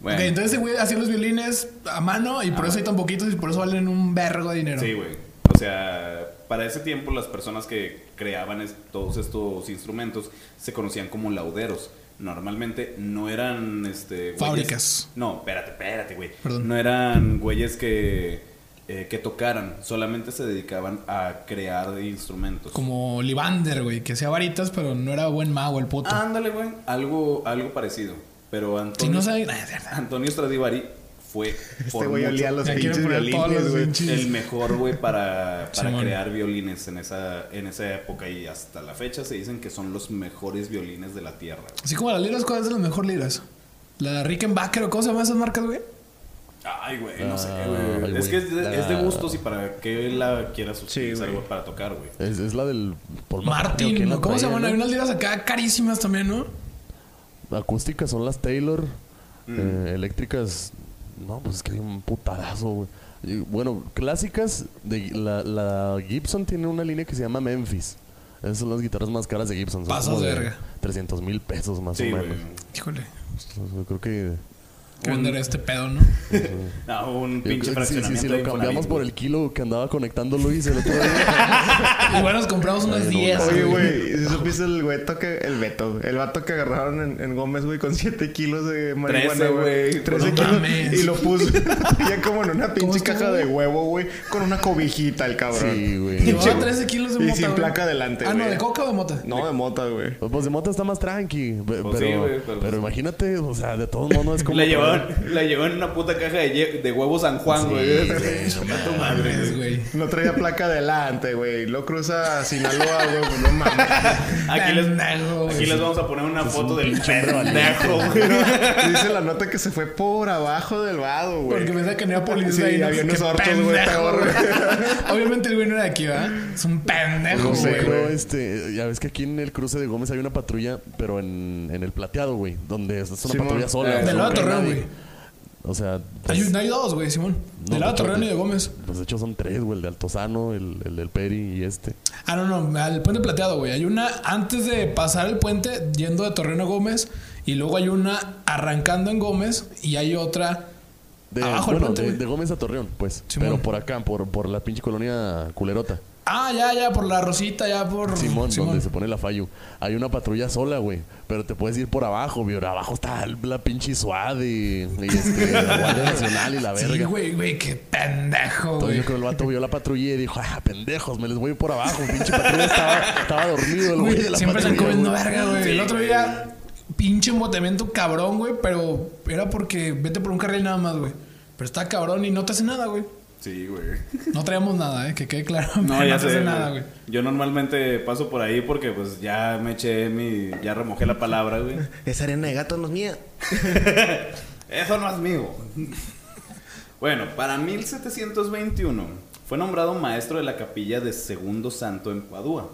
Bueno. Ah.
Ok, entonces, ese güey, hacía los violines a mano y por eso hay tan poquitos y por eso valen un vergo de dinero.
Sí, güey. O sea, para ese tiempo las personas que creaban es- todos estos instrumentos se conocían como lauderos. Normalmente no eran este güeyes-
Fábricas.
No, espérate, espérate, güey.
Perdón.
No eran güeyes que eh, que tocaran, solamente se dedicaban a crear instrumentos.
Como Libander, güey, que hacía varitas, pero no era buen mago el puto.
Ándale, güey, algo algo parecido, pero
si
Antonio
no sabe. Nah, es cierto.
Antonio Stradivari fue
Este
por
güey
mucho
olía los
Ya quieren
pinches
poner todos
violines,
los
güey.
pinches-
el mejor, güey, para, para
Simón.
crear violines en esa, en esa época y hasta la fecha se dicen que son los mejores violines de la tierra. güey.
Así como las liras, ¿cuál es de las mejores liras? La Rickenbacker o cosas más esas marcas, güey.
Ay, güey, no sé,
Ay,
güey.
güey.
Es que es de, es de
Ah.
gustos y para que la quieras
Sí,
utilizar,
güey.
güey, para tocar, güey.
Es, es la del. Paul McCartney, ¿o
Martin,
quién la
Pues ¿no? ¿cómo se
traía,
llaman?
no?
Hay unas liras acá carísimas también, ¿no?
Acústicas son las Taylor.
Mm.
eh, eléctricas. No, pues es que hay un putadazo, güey. Y, Bueno, clásicas. De, la, la Gibson tiene una línea que se llama Memphis. Esas son las guitarras más caras de Gibson. Son
Pasas
como
de verga.
300 mil pesos más
Sí,
o
güey.
menos.
Híjole,
Yo creo que.
que vender este pedo, ¿no?
No, un
yo
pinche
creo que sí, sí,
fraccionamiento.
eh, si
de
lo
Infonavit,
cambiamos por
güey.
el kilo que andaba conectando Luis el otro día.
Igual nos compramos unas
Ay, no,
10.
no.
güey.
Oye, güey, ¿y ¿sí supiste el güey que el Beto, el vato que agarraron en, en Gómez, güey, con 7 kilos de marihuana,
Trece, güey.
güey. 13
No
kilos.
mames.
Y lo puso ya como en una pinche
estuvo,
caja de
güey?
huevo, güey, con una cobijita el cabrón.
sí, güey.
Llevaba 13 kilos
Y
de mota.
sin
güey.
placa adelante,
Ah, no,
güey.
¿de coca o de mota?
No, de mota, güey.
Pues de moto está más tranqui. pe-
Pues sí,
pero,
güey, pero-
pero, imagínate, o sea, de todos modos no es como.
La llevaron, la llevaron en una puta caja de, hue- de huevos San Juan, güey. Chinga tu madre, güey.
Es, güey.
No traía placa adelante, güey. Lo cruza a Sinaloa, güey. pues, No mames.
Aquí les,
Pendejo, güey.
aquí les vamos a poner una foto del
hombre
pendejo, güey.
Dice la nota que se fue por abajo del vado, güey.
Porque pensaba que no era policía
Sí,
y no
había
qué
unos orcos, güey,
pendejo,
peor, güey.
güey. Obviamente el güey no era de aquí, ¿verdad? Es un pendejo,
No
No sé,
sé,
güey.
creo, este, ya ves que aquí en el cruce de Gómez hay una patrulla, pero en, en el plateado, güey, donde es una
Simón.
patrulla sola.
Eh,
güey,
Del lado de
nunca hay
Torreón,
nadie.
güey.
O sea, pues,
Hay, un- hay dos, güey, Simón.
no,
Del lado de
hecho,
Torreón y de Gómez.
Pues de hecho son tres, güey, el de Altozano, el, el del Peri y este.
Ah, no, no, al puente plateado, güey. Hay una antes de pasar el puente yendo de Torreón a Gómez. Y luego hay una arrancando en Gómez. Y hay otra.
De,
Abajo del
bueno,
puente,
de,
güey.
de Gómez a Torreón, pues.
Simón.
Pero por acá, por, por la pinche colonia culerota.
Ah, ya, ya, por la Rosita, ya por.
Simón, donde se pone la fallo. Hay una patrulla sola, güey. Pero te puedes ir por abajo, güey. Abajo está la pinche SWAT y, y este, la Guardia Nacional y la verga.
Sí, güey, güey, qué pendejo,
Entonces
güey.
yo creo que el vato vio la patrulla y dijo, ah, pendejos, me les voy por abajo. Pinche patrulla estaba, estaba dormido el güey de
Güey,
la
siempre están
patrulla,
comiendo
güey.
verga, güey. el otro día, pinche embotamiento cabrón, güey, pero era porque vete por un carril nada más, güey. Pero está cabrón y no te hace nada, güey.
Sí, güey.
No traemos nada, eh, que quede claro.
No, ya
te
sé.
hace
güey.
nada, güey.
Yo normalmente paso por ahí porque pues ya me eché mi... Ya remojé la palabra, güey.
Esa arena de gato no es mía.
Eso no es mío. Bueno, para 1721 fue nombrado maestro de la capilla de Segundo Santo en Padua.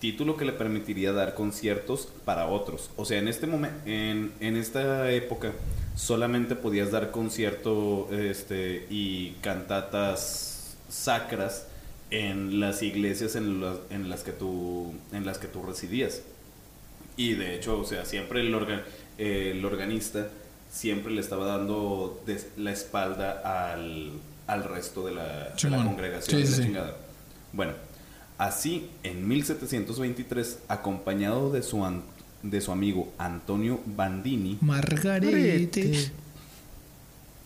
Título que le permitiría dar conciertos para otros. O sea, en este momento, en, en esta época, solamente podías dar concierto este, y cantatas sacras en las iglesias en las, en las que tú, en las que tú residías. Y de hecho, o sea, siempre el, orga- eh, el organista siempre le estaba dando des- la espalda al, al resto de la, de la
Simón.
congregación.
Sí,
la
sí, sí.
chingada. Bueno, así en 1723, acompañado de su, an- de su amigo Antonio Bandini,
Margarete.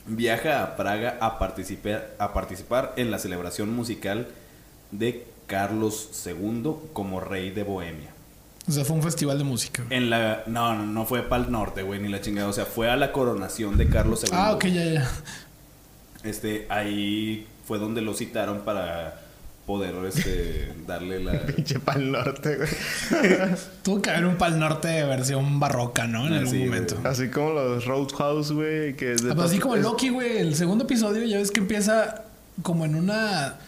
viaja a Praga a participar, a participar en la celebración musical de Carlos II como rey de Bohemia.
O sea, fue un festival de música. güey.
En la. No, no, no fue para el norte, güey, ni la chingada. O sea, fue a la coronación de Carlos II.
Ah, ok, ya, ya.
Este, ahí fue donde lo citaron para poder este, darle la.
Pinche pa'l norte, güey.
Tuvo que haber un pal norte de versión barroca, ¿no? En
Ah,
algún
sí, güey.
momento.
Así como los Roadhouse, güey. Que es de
Ah, pues así
top-
como
es-
Loki, güey, el segundo episodio ya ves que empieza como en una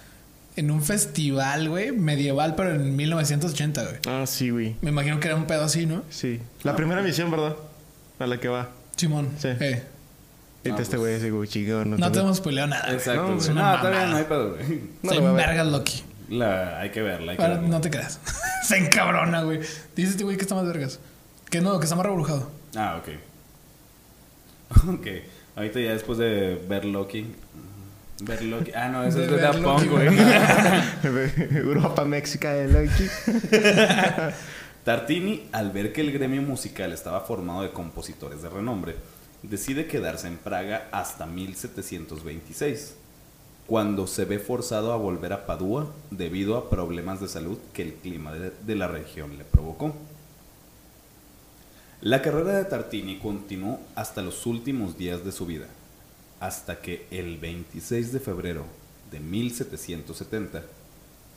en un festival, güey, medieval, pero en 1980, güey.
Ah, sí, güey.
Me imagino que era un pedo así, ¿no?
Sí. La primera misión, ¿verdad? A la que va.
Simón.
Sí.
Eh,
Y te este güey ese güey chingón.
no te hemos spoileado nada. güey.
Exacto.
No,
No,
es
está
una
bien,
mamada.
no hay pedo, güey.
Está en vergas Loki.
La, hay que verla, hay que
Ahora,
verla.
no te creas. Se encabrona, güey. Dice este güey que está más vergas. Que no, que está más rebrujado.
Ah, ok. Ok. Ahorita ya después de ver Loki. Ver Loki. Ah, no, eso
De
es de
ver
Daft
Loki,
Punk, güey.
Europa, México, de Loki.
Tartini, al ver que el gremio musical estaba formado de compositores de renombre, decide quedarse en Praga hasta 1726, cuando se ve forzado a volver a Padua debido a problemas de salud que el clima de, de la región le provocó. La carrera de Tartini continuó hasta los últimos días de su vida, hasta que el 26 de febrero de 1770,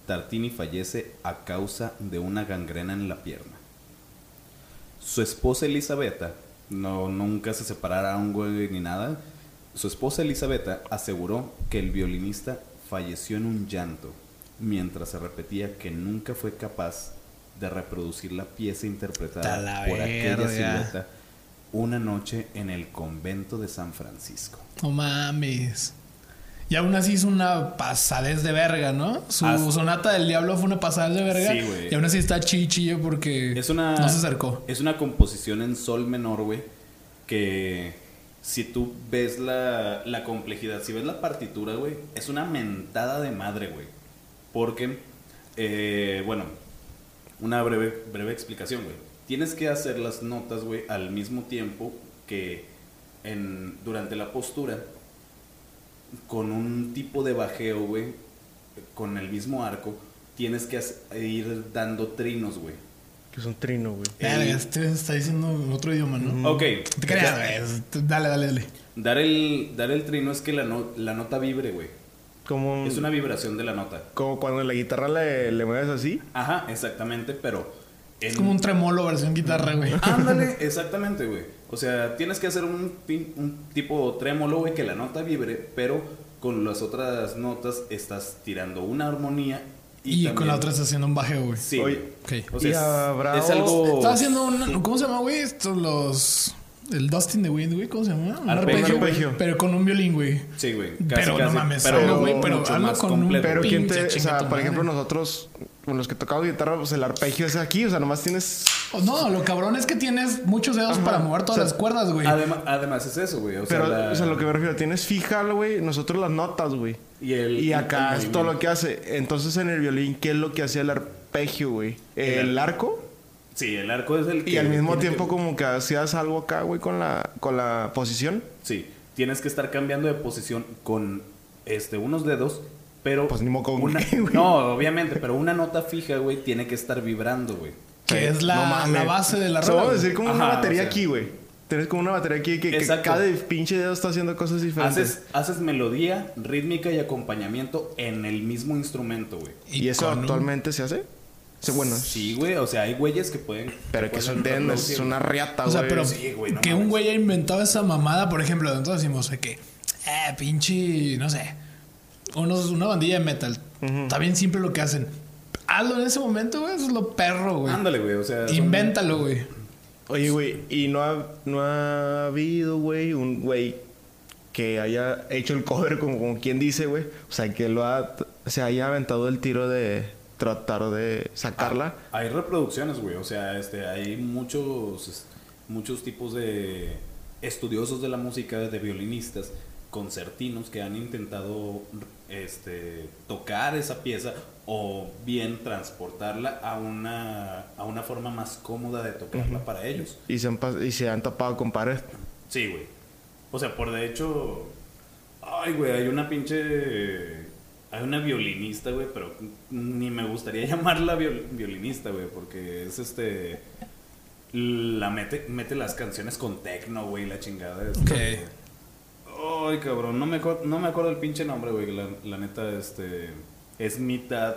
Tartini fallece a causa de una gangrena en la pierna. Su esposa Elisabetta, no, nunca se separaron güey, ni nada, su esposa Elisabetta aseguró que el violinista falleció en un llanto, mientras se repetía que nunca fue capaz de reproducir la pieza
Ta
interpretada
la
por aquella
verga.
silueta una noche en el convento de San Francisco.
No mames. Y aún así hizo una pasadez de verga, ¿no? Su
Ah,
sonata del diablo fue una pasadez de verga.
Sí, güey.
y aún así está chichillo porque
Es una,
no se acercó.
Es una composición en sol menor, güey. Que si tú ves la, la complejidad, si ves la partitura, güey, es una mentada de madre, güey. Porque, eh, bueno, una breve, breve explicación, güey. Tienes que hacer las notas, güey, al mismo tiempo que en, durante la postura, con un tipo de bajeo, güey, con el mismo arco, tienes que hac- ir dando trinos, güey.
Que es un trino, güey.
Eh,
Verga, este está diciendo otro idioma, ¿no?
Ok.
Te creas, güey. Este- Dale, dale, dale.
Dar el, dar el trino es que la, no- la nota vibre, güey.
Mm.
Como,
Es una vibración de la nota.
como cuando la guitarra le, le mueves así.
Ajá, exactamente, pero...
Es como un tremolo versión guitarra, güey.
Ah, Ándale, exactamente, güey. O sea, tienes que hacer un, pin- un tipo trémolo, güey, que la nota vibre, pero con las otras notas estás tirando una armonía y,
Y, con la otra
también-
está haciendo un baje, güey.
Sí, Oh.
Oye,
güey.
Ok.
O
Y
sea,
habrá
es, es
os-
algo...
Estaba haciendo un. ¿Cómo se llama, güey? Estos los. El Dustin the Wind, güey. ¿Cómo se llama? Un
Arpegio,
güey,
arpegio.
Pero con un violín, güey.
Sí, güey. casi,
Pero no
casi,
mames,
pero
algo, güey, pero
mucho
algo
más
con un-
complejo.
Pero
Pinche
quién te. O
chinga
sea,
tu
por ejemplo,
madre.
nosotros, con los que tocamos guitarra, pues el arpegio es aquí. O sea, nomás tienes.
Oh, No, lo cabrón es que tienes muchos dedos para mover todas
O sea,
las cuerdas, güey.
Adem- además es eso, güey. O sea,
Pero,
la-
o sea, lo que me refiero, tienes fija, güey, nosotros las notas, güey.
Y el-
Y acá
el
es todo
movimiento.
lo que hace. Entonces, en el violín, ¿qué es lo que hacía el arpegio, güey?
El
El arco.
Sí, el arco es el que...
Y al mismo
tiene
tiempo,
que-
como que hacías algo acá, güey, con la, con la posición.
Sí, tienes que estar cambiando de posición con este unos dedos, pero
Pues ni modo con
una,
qué, güey.
no, obviamente, pero una nota fija, güey, tiene que estar vibrando, güey.
que es
No
la,
mames.
la base de la
O sea,
rola.
vamos a
güey.
decir como una
Ajá,
batería
o sea.
aquí, güey. Tienes como una batería aquí que, que
Exacto.
cada pinche dedo está haciendo cosas diferentes.
Haces, haces melodía, rítmica y acompañamiento en el mismo instrumento, güey.
¿Y, eso
con un-
actualmente se hace? Sí, bueno.
Sí, güey, o sea, hay güeyes que pueden.
Pero que
pueden
son dedos, es
reproducir.
una riata,
O
güey.
sea, pero
Sí, güey, no
que
mames.
un güey haya inventado esa mamada, por ejemplo, entonces decimos de que, eh, pinche, no sé, unos, una bandilla de metal. Está bien simple lo que hacen. Hazlo en ese momento, güey, eso es lo perro, güey.
Ándale, güey, o sea. son-
Invéntalo, güey.
Oye, güey, y no ha, no ha habido, güey, un güey que haya hecho el cover como, como quien dice, güey. O sea, que lo ha, se haya aventado el tiro de tratar de sacarla.
Hay reproducciones, güey. O sea, este, hay muchos, es- muchos tipos de estudiosos de la música, de violinistas, concertinos que han intentado este, tocar esa pieza o bien transportarla a una, a una forma más cómoda de tocarla para ellos.
Y, se han, pas- y se han tapado con pared.
Sí, güey. O sea, por de hecho. Ay, güey, hay una pinche. Hay una violinista, güey, pero ni me gustaría llamarla viol- violinista, güey, porque es este. La mete, mete las canciones con tecno, güey, la chingada. es-
Ok.
Ay, cabrón, no me, acuer- no me acuerdo el pinche nombre, güey. La, la neta, este. Es mitad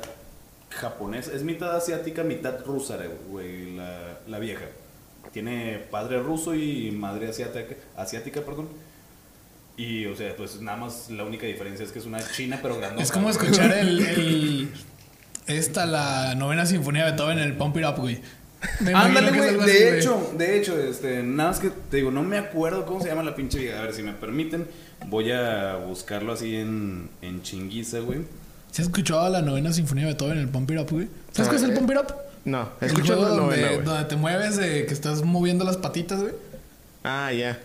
japonesa, es mitad asiática, mitad rusa, güey, la, la vieja. Tiene padre ruso y madre asiática, asiática perdón. Y, o sea, pues nada más la única diferencia es que es una china, pero grandota.
Es como
güey.
escuchar el, el- Esta, la novena sinfonía de Beethoven en el Pump It Up, güey. Me imagino
Ándale,
que es
güey.
algo
De
así, güey.
hecho, de hecho, este, nada más que te digo, no me acuerdo cómo se llama la pinche vieja. A ver, si me permiten, voy a buscarlo así en, en chinguiza, güey.
¿Se ha escuchado la novena sinfonía de Beethoven en el Pump It Up, güey? ¿Sabes qué es el Pump It Up?
No,
El
escucha
juego
la
donde,
novena, güey.
donde te mueves, de que estás moviendo las patitas, güey.
Ah, ya.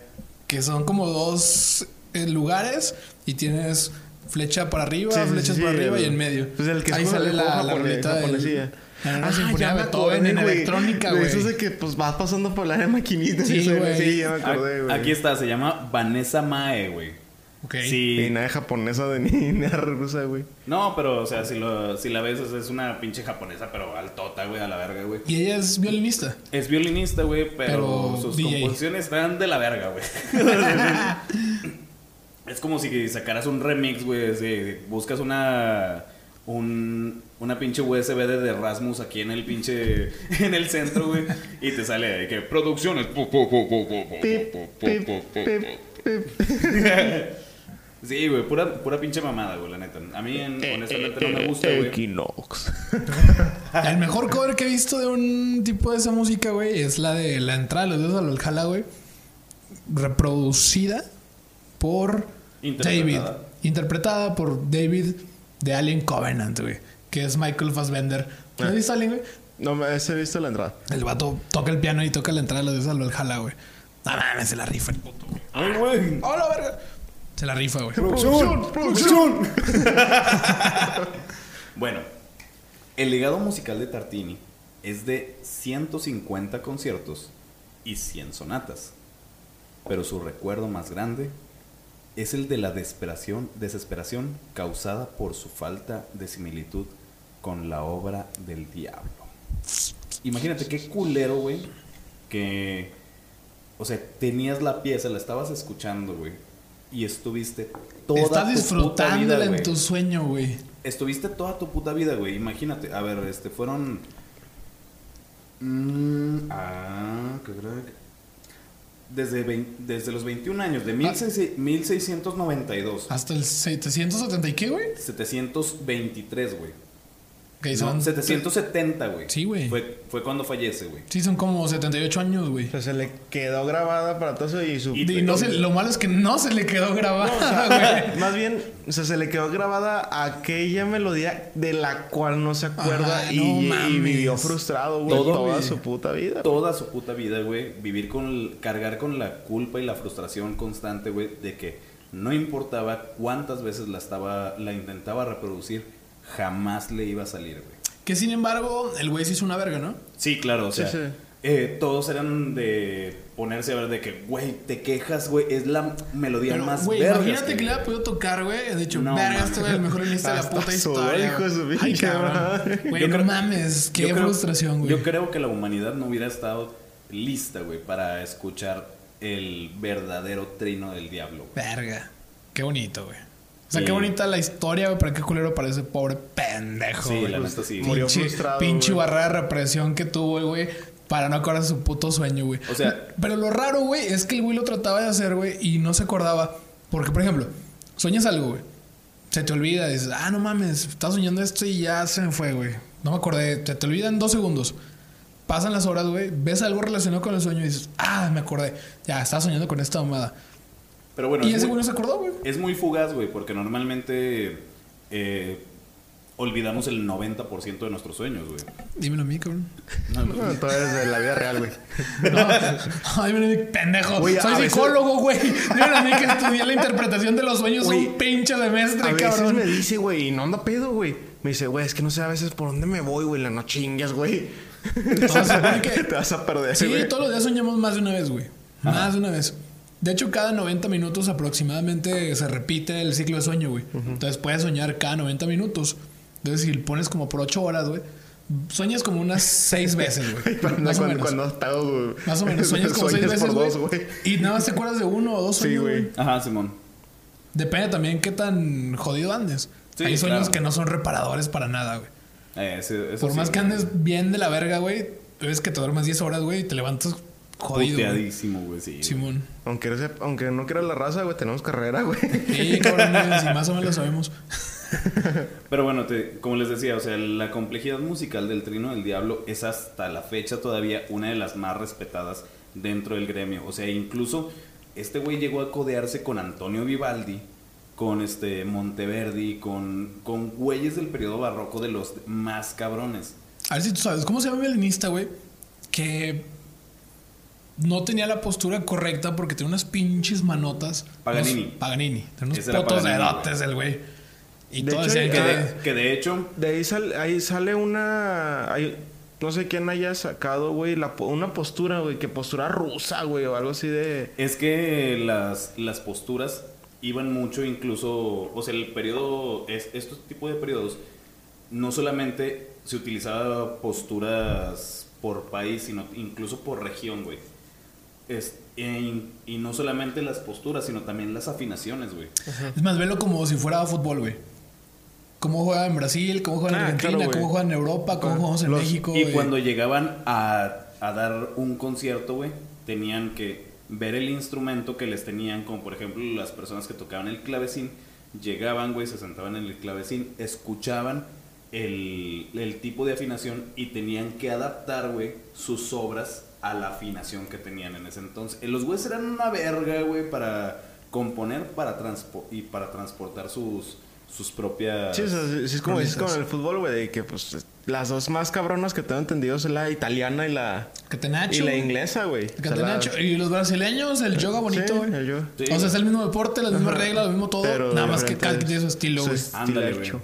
Que son como dos eh, lugares y tienes flecha para arriba,
Sí, sí,
flechas
sí,
para
el-
arriba y en medio.
pues el que
Ahí
es como
sale
el
la,
juego
la
japonés-
ruleta del,
japonesilla.
la novena
Ah,
sinfonía
ya
de
me
Beethoven
acordé,
en
güey.
electrónica,
De
güey.
Eso es de que pues vas pasando por la maquinita.
Sí,
Sí,
güey.
Sí, ya me acordé, güey.
Ah, Aquí está, se llama Vanessa Mae, güey.
Ok.
Y
Sí.
nada de japonesa de ni nada rusa, güey.
No, pero, o sea, si, lo, si la ves, o sea, es una pinche japonesa, pero altota, güey, a la verga, güey.
Y ella es violinista.
Es violinista, güey, pero,
Pero
sus
DJ.
composiciones están de la verga, güey. es como si sacaras un remix, güey. Si buscas una. Un, una pinche USB de, de Rasmus aquí en el pinche. En el centro, güey. Y te sale de que producciones. pu, pu, pu, pu, pu, pu,
Pip,
pu, pu,
pip,
pu,
pip,
pu, pu.
pip.
Sí, güey, pura, pura pinche mamada, güey, la neta. A mí, en- honestamente, no me gusta,
Eh,
güey.
Equinox.
El mejor cover que he visto de un tipo de esa música, güey, es la de la entrada de los dedos al Valhalla, güey. Reproducida por David.
Interpretada.
Interpretada por David de Alien Covenant, güey. Que es Michael Fassbender. ¿No
Eh.
has visto Alien, güey?
No, me he visto la entrada.
El vato toca el piano y toca la entrada de los dedos al Valhalla, güey. No mames, se la rifa el puto, güey.
Ay, Ah, güey.
¡Hola, verga! Se la rifa, güey.
¡Producción! ¡Producción! bueno, el legado musical de Tartini es de 150 conciertos y 100 sonatas. Pero su recuerdo más grande es el de la desesperación, desesperación causada por su falta de similitud con la obra del diablo. Imagínate qué culero, güey, que o sea, tenías la pieza, la estabas escuchando, güey. Y estuviste toda tu
Estás
puta vida,
disfrutándola en
güey.
tu sueño, güey.
Estuviste toda tu puta vida, güey. Imagínate. A ver, este, fueron... Mm, ah, qué gran- Desde, vein- desde los 21 años, de 16 1692.
Hasta el 770 y qué, güey.
723, güey.
Ok,
No,
son
770, güey.
Sí, güey.
Fue, fue cuando fallece, güey.
Sí, son como 78 años, güey.
Pues se le quedó grabada para todo eso y su...
Y-
Y no se- lo malo es que no se le quedó grabada, güey.
Más bien, o sea, se le quedó grabada aquella melodía de la cual no se acuerda
Ajá,
y,
no
y
mames.
vivió frustrado, güey,
Todo,
toda
güey.
su puta vida.
Toda su puta vida, güey. Vivir con. Cargar con la culpa y la frustración constante, güey. De que no importaba cuántas veces la estaba. La intentaba reproducir. Jamás le iba a salir, güey.
que sin embargo, el güey se hizo una verga, ¿no?
Sí, claro, o sea.
sí.
eh, todos eran de ponerse a ver de que, güey, te quejas, güey. Es la melodía
Pero,
más
güey,
vergas
imagínate que pues, le
hay,
hubiera podido tocar, güey. He dicho,
No,
verga,
mames.
este güey es el mejor lista de la
Hasta
puta
sudó,
historia.
hijo de su
güey. Ay,
pinche
cabrón.
madre.
Güey,
Yo
no
creo-
mames,
Yo
qué
creo-
frustración, güey.
Yo creo que la humanidad no hubiera estado lista, güey, para escuchar el verdadero trino del diablo. güey.
Verga. Qué bonito, güey. O sea,
Sí.
qué bonita la historia, güey, pero qué culero para ese pobre pendejo.
Sí,
güey.
la neta sí. güey.
Murió
pinche,
frustrado,
pinche
güey.
barrera de represión que tuvo, el güey, para no acordarse de su puto sueño, güey.
O sea-
pero lo raro, güey, es que el güey lo trataba de hacer, güey, y no se acordaba. Porque, por ejemplo, sueñas algo, güey. Se te olvida, dices, ah, no mames, estaba soñando esto y ya se me fue, güey. No me acordé, se te olvida en dos segundos. Pasan las horas, güey, ves algo relacionado con el sueño y dices, ah, me acordé, ya estaba soñando con esta mamada.
Pero bueno,
y
es
ese
muy-
güey no se acordó, güey.
Es muy fugaz, güey, porque normalmente eh, olvidamos el 90% de nuestros sueños, güey.
Dímelo a mí, cabrón.
No, güey.
No, todo es de la vida real, güey.
No, dímelo a mí, pendejo.
Güey, a
Soy
veces-
psicólogo, güey. Dímelo a mí que estudié la interpretación de los sueños
Güey,
un pinche semestre,
A veces
cabrón.
me dice, güey, y no anda pedo, güey. Me dice, güey, es que no sé a veces por dónde me voy, güey. La no chingas, güey.
O sea, porque-
Te vas a perder,
Sí,
güey.
todos los días soñamos más de una vez, güey. Más de una vez. De hecho, cada 90 minutos aproximadamente se repite el ciclo de sueño, güey. Entonces puedes soñar cada 90 minutos. Entonces, si pones como por 8 horas, güey, sueñas como unas 6 veces, güey.
Cuando,
Más o
cuando,
menos.
cuando has estado, güey.
Más o menos, sueñas como 6 veces,
por dos,
güey.
güey.
Y nada más te acuerdas de uno o dos
Sí,
sueños,
güey.
güey.
Ajá, Simón.
Depende también qué tan jodido andes.
Sí,
Hay sueños
claro.
que no son reparadores para nada, güey.
Eh, ese- eso
Por
sí,
más que
güey.
andes bien de la verga, güey, ves que te duermes 10 horas, güey, y te levantas jodido. güey.
Puteadísimo, güey, sí. güey.
Simón.
Aunque, no sea- aunque no creas la raza, güey, tenemos carrera, güey.
Sí, cabrón, si más o menos lo sabemos.
Pero bueno, te- como les decía, o sea, la complejidad musical del Trino del Diablo es hasta la fecha todavía una de las más respetadas dentro del gremio. O sea, incluso este güey llegó a codearse con Antonio Vivaldi, con este Monteverdi, con, con güeyes del periodo barroco de los más cabrones.
A ver si tú sabes, ¿cómo se llama el violinista, güey? Que no tenía la postura correcta porque tenía unas pinches manotas.
Paganini.
Unos- Paganini. Tenía unos
Ese era
potos de
Paganini,
dotes el güey. Y
De
todo
hecho,
decían
Que
que...
de, que de hecho,
De ahí, sal- ahí sale una... hay- no sé quién haya sacado, güey, la po- una postura, güey, que postura rusa, güey, o algo así de...
Es que las, las posturas iban mucho, incluso, o sea, el periodo, es, estos tipos de periodos, no solamente se utilizaba posturas por país, sino incluso por región, güey. Es, e in- y no solamente las posturas, sino también las afinaciones, güey.
Es más, velo como si fuera fútbol, güey. Cómo juega en Brasil, cómo juega en
Ah,
Argentina,
claro, güey.
cómo juega en Europa, cómo jugamos en
los-
México.
Y
güey.
cuando llegaban a, a dar un concierto, güey, tenían que ver el instrumento que les tenían, como por ejemplo las personas que tocaban el clavecín, llegaban, güey, se sentaban en el clavecín, escuchaban el, el tipo de afinación y tenían que adaptar, güey, sus obras a la afinación que tenían en ese entonces. Eh, Los güeyes eran una verga, güey, para componer para transpo- y para transportar sus, sus propias...
Sí, o sea, sí, sí, es como dices
Risas.
con el fútbol, güey, de que pues las dos más cabronas que tengo entendido es la italiana y la
Que te nacho.
y la
güey.
inglesa, güey.
Que
O sea,
te
la-
nacho. Y los brasileños, el yoga bonito,
Sí,
güey. Ah,
el yoga.
Sí,
o sea,
güey.
es el mismo deporte, las mismas reglas, lo mismo todo.
Pero
nada más que
diferente
cada quien
es-
tiene su estilo,
su
güey.
es-
Ándale, güey.
Estilacho.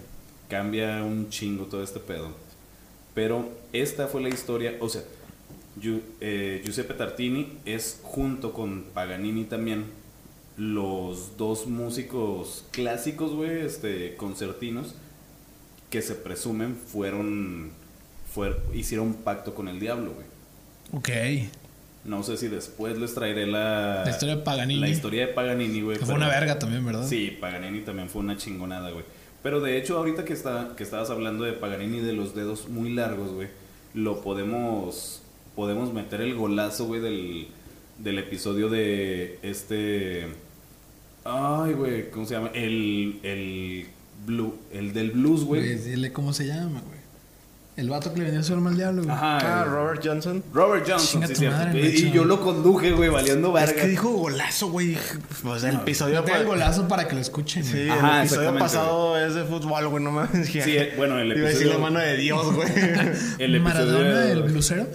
Cambia un chingo todo este pedo. Pero esta fue la historia. O sea, Yu- eh, Giuseppe Tartini es junto con Paganini también los dos músicos clásicos, güey, este, concertinos que se presumen fueron, fuer- hicieron pacto con el diablo, güey.
Ok.
No sé si después les traeré la
La historia de Paganini.
La historia de Paganini, güey.
Que fue
pero-
una verga también, ¿verdad?
Sí, Paganini también fue una chingonada, güey. Pero de hecho, ahorita que, está, que estabas hablando de Paganini de los dedos muy largos, güey, lo podemos. Podemos meter el golazo, güey, del, del episodio de este. Ay, güey, ¿cómo se llama? El. El, blue, el del blues,
Güey,
güey.
dile cómo se llama, güey. El vato que le vendió su alma al diablo, güey.
Ajá.
Ah,
el-
Robert Johnson.
Robert Johnson,
Chinga
sí,
tu
cierto.
madre,
y, y
Nacho.
yo lo conduje, güey, valiendo verga.
dijo golazo, güey. O sea, el episodio
Yo tengo pues, el
pa-
golazo para que lo escuchen,
Sí,
güey.
el
Ajá,
episodio
exactamente,
pasado es de fútbol, güey, no mames. Sí,
Sí, eh, bueno, el
Iba a decir
episodio-
la mano de Dios, güey.
el episodio
Maradona,
de-
el blusero.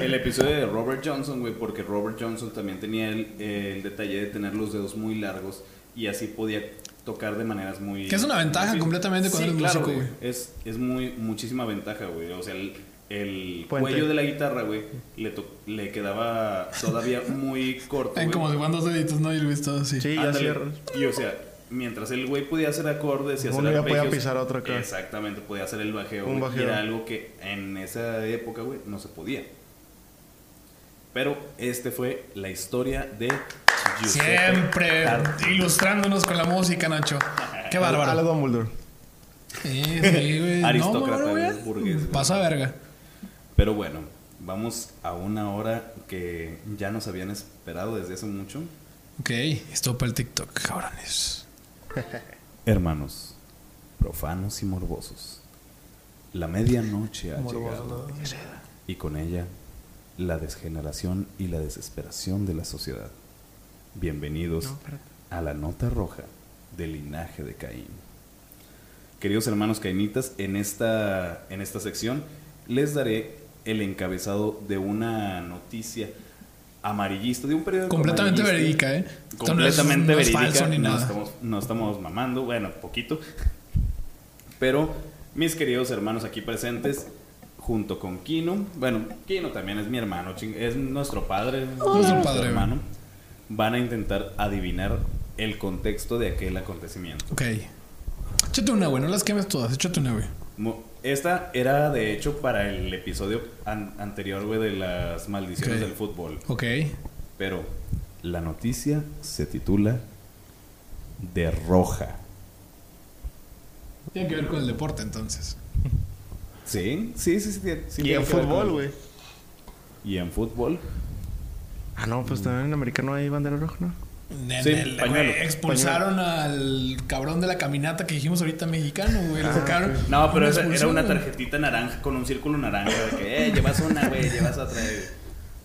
El episodio de Robert Johnson, güey, porque Robert Johnson también tenía el, el detalle de tener los dedos muy largos y así podía tocar de maneras muy...
Que es una ventaja
muy-
completamente cuando eres músico, güey.
Es, es muy, muchísima ventaja, güey. O sea, el, el
Puente.
cuello de la guitarra, güey, le, to- le quedaba todavía muy corto,
Ven
güey.
como si fueran dos deditos, ¿no? Y Luis todo así.
Sí, ya
Ándale.
cierro.
Y o sea, mientras el güey podía hacer acordes y hacer
Uno ya podía
arpegios,
pisar otro acá.
Exactamente, podía hacer el bajeo.
Un
güey, y
bajeo.
Era algo que en esa época, güey, no se podía. Pero este fue la historia de Giuseppe
Siempre
Tartini.
ilustrándonos con la música, Nacho. Qué
A la
bárbaro.
Dumbledore.
Sí, sí, güey.
Aristócrata,
No, güey,
güey, burgués, güey.
Pasa verga.
Pero bueno, vamos a una hora que ya nos habían esperado desde hace mucho.
Ok, esto para el TikTok, cabrones.
Hermanos, profanos y morbosos, la medianoche ha llegado y con ella la desgeneración y la desesperación de la sociedad. Bienvenidos a la nota roja del linaje de Caín. Queridos hermanos cainitas, en esta, en esta sección les daré el encabezado de una noticia amarillista, de un periódico
Completamente
amarillista.
verídica, ¿eh? Esto no es-
Completamente
no es
verídica.
falso ni
no
nada.
Estamos, no estamos mamando, bueno, poquito. Pero mis queridos hermanos aquí presentes, junto con Kino, bueno, Kino también es mi hermano, ching- es nuestro padre, nuestro
padre.
hermano, van a intentar adivinar el contexto de aquel acontecimiento.
Ok. Échate una, güey. No las quemes todas. Échate una, güey.
Mo- Esta era de hecho para el episodio an- anterior, güey, de las maldiciones
Ok.
del fútbol.
Ok.
Pero la noticia se titula De Roja.
Tiene que ver con el deporte, entonces.
Sí, sí, sí,
Y
sí. sí, tiene
en
que ver
fútbol,
con-
güey.
Y en fútbol.
Ah, no, pues también en americano hay bandera roja, ¿no?
En
Sí,
el- güey,
pañuelo,
expulsaron al cabrón de la caminata que dijimos ahorita mexicano, güey. Lo sacaron.
Ah,
Ah,
No, pero
Lo
esa era
expulsaron,
una
güey.
tarjetita naranja con un círculo naranja de que, eh, llevas una, güey, llevas otra. güey.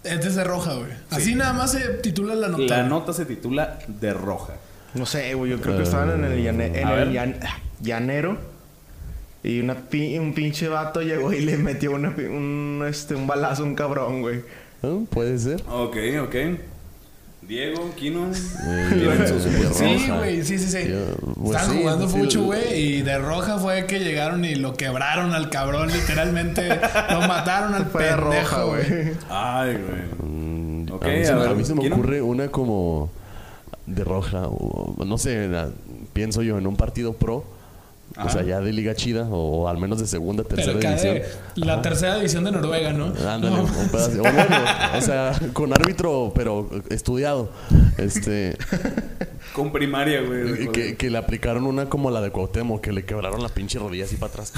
Esta es de roja, güey. Así nada más se titula la nota.
La nota se titula De Roja.
No sé, güey, yo creo que estaban en el, llane- en
a
el
ver.
llan- ah, llanero. Y una pi- un pinche vato llegó y le metió una pi- un, este, un balazo a un cabrón, güey.
¿Eh? Puede ser.
Ok, ok. Diego, Kino.
Sí, güey, sí, sí, sí.
Yo- pues
Estaban
sí,
jugando
sí,
mucho,
lo-
güey. Y de roja fue que llegaron y lo quebraron al cabrón, literalmente. lo mataron al
Fue de
pendejo,
roja,
güey.
güey.
Ay, güey.
Mm,
Ok,
a, mí se,
a
me-
ver,
a mí se me
¿quién?
ocurre una como de roja, o no sé, la- pienso yo en un partido pro, o sea, ya de liga chida, o, al menos de segunda, tercera
Pero acá
división.
de la tercera división de Noruega, ¿no?
Ándale,
No,
un pedazo. O bueno, o sea, con árbitro, pero estudiado. Este,
Con primaria, güey.
que, que le aplicaron una como la de Cuauhtémoc, que le quebraron la pinche rodilla así para atrás.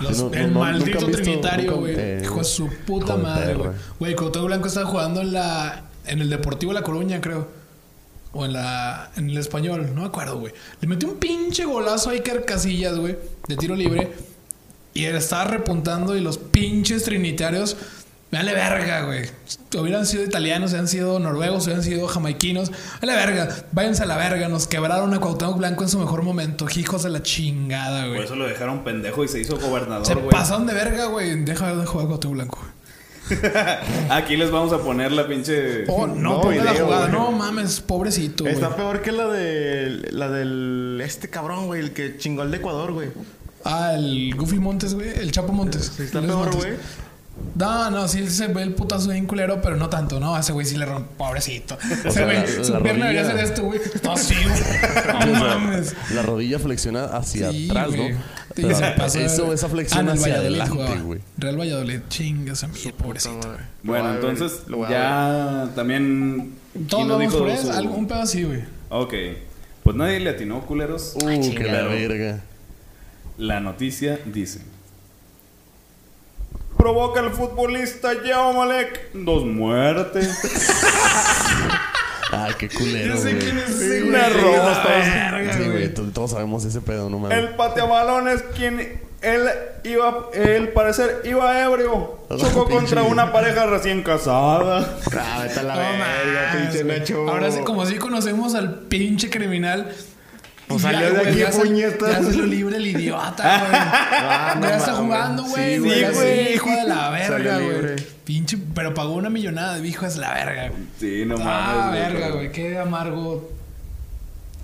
Los-
No, no,
el
no,
maldito
nunca han visto-
Trinitario,
nunca-
güey.
eh,
Hijo de su puta
con
madre,
perra.
güey. Güey, Cuauhtémoc Blanco estaba jugando en la... En el Deportivo La Coruña, creo. O en la... En el Español. No me acuerdo, güey. Le metió un pinche golazo a Iker Casillas, güey. De tiro libre. Y él estaba repuntando y los pinches Trinitarios... Me vale verga, güey. Si Hubieran sido italianos, hubieran sido noruegos, hubieran sido jamaiquinos. Vale verga. Váyanse a la verga. Nos quebraron a Cuauhtémoc Blanco en su mejor momento. Hijos de la chingada, güey.
Por eso lo dejaron pendejo y se hizo gobernador,
Se
güey.
pasaron de verga, güey. Deja de jugar con tu blanco.
Aquí les vamos a poner la pinche.
Oh, no,
No,
ponga la
video,
jugada.
güey.
No mames, pobrecito, güey.
Está peor que la de la del este cabrón, güey, el que chingó al de Ecuador, güey.
Ah, el Goofy Montes, güey. El Chapo Montes.
Está
Luis
peor,
Montes.
güey.
No, no, sí se ve el putazo bien culero, pero no tanto, ¿no? A ese güey sí le rompe. Pobrecito. ese
sea,
güey,
la-
su
la
pierna
rodilla.
debería ser esto, güey. Está así, güey. No mames.
La rodilla flexiona hacia
Sí,
atrás,
güey.
¿no?
Sí,
Pero
se pasó de
hizo
verga.
esa
Ah,
flexión
en el
hacia
Valladolid
adelante,
jugaba.
güey.
Ah,
Real Valladolid, chingas a mí, pobrecito. güey.
Bueno,
Lo voy a ver,
entonces
lo voy a
ya también.
Todos
Kino
vamos
dijo
por eso.
su-
algo- Un pedo así, güey.
Ok. Pues nadie le atinó, culeros.
Ah,
Uh, que la verga.
La noticia dice: Provoca al futbolista Yao Malek dos muertes.
Ay, qué culero,
Yo
güey.
sé quién es ese, güey.
Una roba.
Verga,
Sí,
güey.
güey, to- todos sabemos ese pedo, no mames.
El pateabalones quien él iba, él parecer iba ebrio.
Ah,
Chocó contra una pareja recién casada.
Ah, vete a la
No
verga,
mames,
pinche
güey.
Nacho.
Ahora sí, como sí conocemos al pinche criminal.
Pues
ya,
salió de
güey,
aquí,
ya se-
puñetas. Ah,
Ya se lo libre el idiota, güey.
no
ya está
mames.
jugando, güey.
Sí,
güey,
güey.
así,
güey.
Hijo de la verga,
Salió
güey.
libre.
Pinche, pero pagó una millonada de hijo es la verga, güey.
Sí, no
ah,
mames.
verga, güey. Qué amargo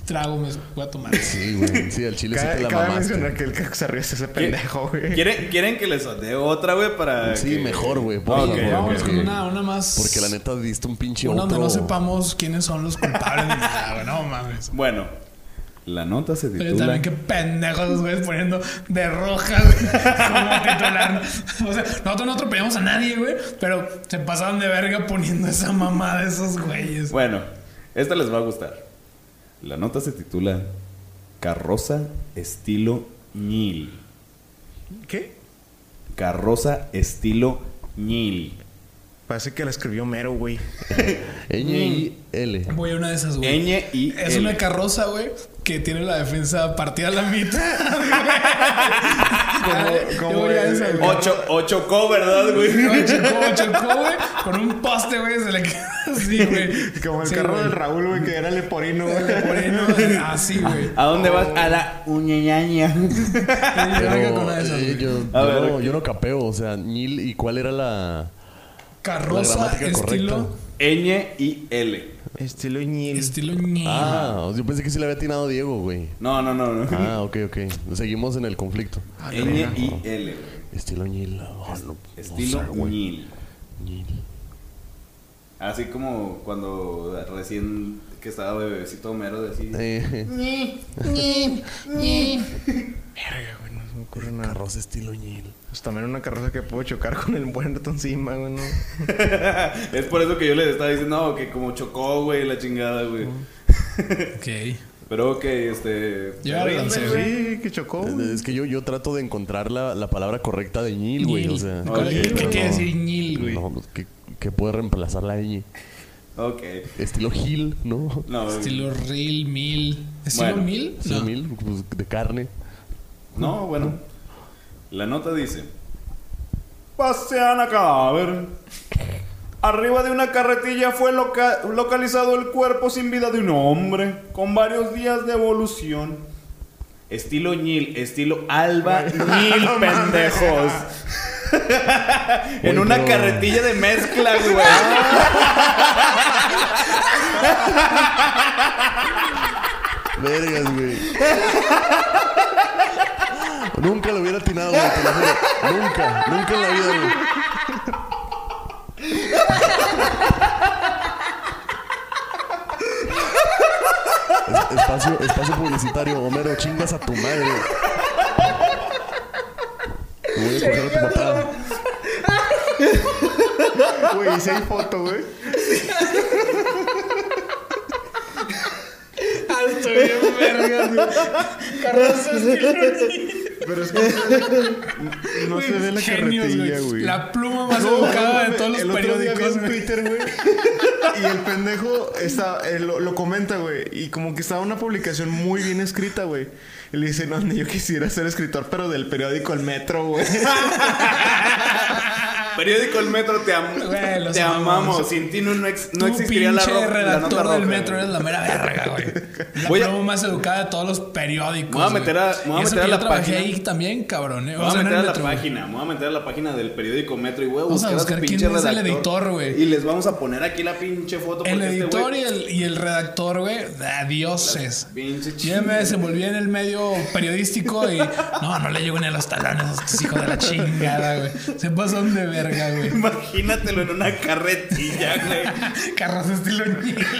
trago me voy a tomar.
Sí, güey. Sí, al chile sí te
Cabe,
la
cabe
mamaste.
mencionar que el que se ríe es ese
¿Qui-
pendejo, güey.
¿Quieren, quieren que les dé otra, güey? Para
Sí,
que-
mejor, güey, por
Ok,
favor,
ok.
Vamos con
ok.
una, una más.
Porque la neta diste un pinche
Una donde
otro...
no sepamos quiénes son los culpables ni nada, güey. No mames.
Bueno, la nota se
Pero
titula.
también qué pendejos los güeyes poniendo de roja, güey. Como titular. O sea, nosotros no atropellamos a nadie, güey. Pero se pasaron de verga poniendo esa mamá de esos güeyes.
Bueno, esta les va a gustar. La nota se titula Carroza estilo ñil.
¿Qué?
Carroza estilo ñil.
Parece que la escribió Mero, güey.
Ñ-I-L.
Voy a una de esas, güey.
Ñ y
Es una carroza, güey, que tiene la defensa partida a la mitad. Yo
como
voy a
el-
esa, güey.
Ocho, ocho co, ¿verdad, güey?
No, Chocó, chocó, güey. Con un poste, güey, se le quedó así, güey.
Como el
Sí,
carro
güey.
del Raúl, güey, que era leporino, güey.
Moreno, así, güey.
¿A dónde vas? A la uñeñaña.
Yo me quedo con una de esas,
eh,
güey.
yo,
A
yo
ver,
no,
ok.
yo no capeo, o sea, Nil, ¿y cuál era la...? La
Carroza,
gramática
estilo.
correcta.
Ñ y L.
Estilo ñil.
Estilo ñe.
Ah, yo pensé que sí le había atinado Diego, güey.
No, no, no. no.
Ah, ok, ok. Seguimos en el conflicto.
Ñ y L. güey.
Estilo Nil. ah, no- no
Estilo
sé, güey.
ñil.
Nil.
Así como cuando recién que estaba bebecito Homero decía.
Eh,
Verga, güey, no se me ocurre nada.
carroza estilo Nil.
Pues también una carroza que puedo chocar con el muerto encima, güey, ¿no?
es por eso que yo les estaba diciendo no, que como chocó, güey, la chingada, güey.
Ok.
Pero ok, este.
Yo ya la lancé, güey.
Sí, que chocó, güey.
Es que yo, yo trato de encontrar la, la palabra correcta de Nil, güey. O sea,
Ñil. ¿Qué
Ok,
quiere
no.
decir ñil, güey?
No, pues, ¿qué, que puede reemplazar la ñ.
Ok.
Estilo Gil, ¿no?
No,
Estilo Real Mil. ¿Estilo
Bueno.
Mil?
Sí,
No.
mil, pues, de carne.
No, bueno. La nota dice: Pasean a cadáver. Arriba de una carretilla fue loca- localizado el cuerpo sin vida de un hombre con varios días de evolución. Estilo Ñil, estilo Alba Ñil, pendejos. en
Uy,
una
pero-
carretilla de mezcla, güey.
Vergas, güey. nunca lo hubiera atinado, güey. te lo juro. Nunca, nunca en la vida, güey. Es- Espacio, espacio publicitario, Homero, chingas a tu madre. Te voy a coger a tu papá.
Güey, hice foto, güey.
Ah, estoy bien vergas, güey. Carlos
Pero es que no se ve la carretilla, güey.
La pluma más educada de todos los
el otro día vi
periódicos,
en
güey.
Twitter, güey. Y el pendejo está, eh, lo, lo comenta, güey. Y como que estaba una publicación muy bien escrita, güey. Y le dice, no, ni yo quisiera ser escritor, pero del periódico El Metro, güey.
Periódico El Metro, te, am-
Güey, los
te amamos.
amamos.
Sin ti no, no ex- no
Tú,
existiría la,
pinche
ro- la nota
redactor
roja.
del metro eres la mera verga, güey. La
Voy a-
pluma más educada de todos los
Me
periódicos.
voy a
güey.
meter a- me voy a
Y
meter
eso que
a
yo
la
trabajé
página.
ahí también, cabrón. eh.
Me voy a
O sea, no
meter
en
a
el
la
metro, güey.
página, me voy a meter a la página del periódico Metro y voy a
Vamos a
buscar, a, su
buscar quién
pinche
es el
redactor.
editor, güey.
Y les vamos a poner aquí la pinche foto.
El
porque este
editor
güey-
y, el, y el redactor, güey, adioses.
pinche
Yo me desenvolví en el medio periodístico y no, no le llego ni a los talones a estos hijos de la chingada, güey. Se pasan de verga, güey.
Imagínatelo en una carretilla, güey.
Carros estilo ñil.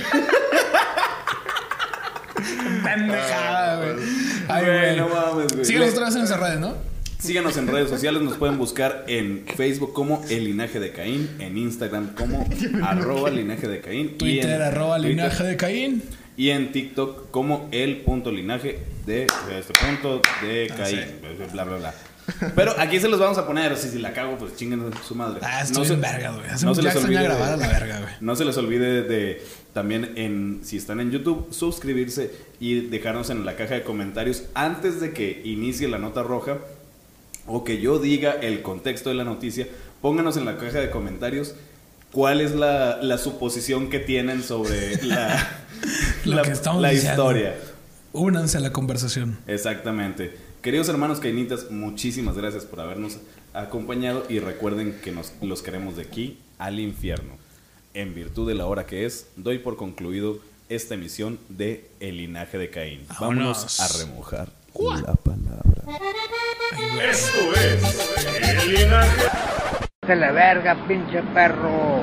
Pendejada, güey. Ay,
Ah, Güey,
güey.
no mames, güey.
Síguenos
Le-
otra vez en nuestras redes, ¿no?
Síganos en redes sociales, nos pueden buscar en Facebook como El Linaje de Caín, en Instagram como arroba Linaje de Caín. y
Twitter,
en
arroba
Twitter
linaje de Caín.
Y en TikTok como el punto linaje de de este punto de
Ah,
Caín. Bla, bla, bla. Pero aquí se los vamos a poner. Si, si la cago, pues chinguen a su madre.
Ah, estoy
se-
en verga, güey. Hace
no
no
se
ya
les
extraña
olvide
grabar a
de-
la verga, güey.
No se les olvide de también en si están en YouTube suscribirse y dejarnos en la caja de comentarios antes de que inicie la nota roja o que yo diga el contexto de la noticia. Pónganos en la caja de comentarios cuál es la, la suposición que tienen sobre la,
Lo
la-
que estamos
la
diciendo.
historia.
Únanse a la conversación.
Exactamente. Queridos hermanos cainitas, muchísimas gracias por habernos acompañado y recuerden que nos los queremos de aquí al infierno. En virtud de la hora que es, doy por concluido esta emisión de El linaje de Caín. Vámonos
Vámonos.
a remojar.
Esto es el linaje.
Que la verga, pinche perro.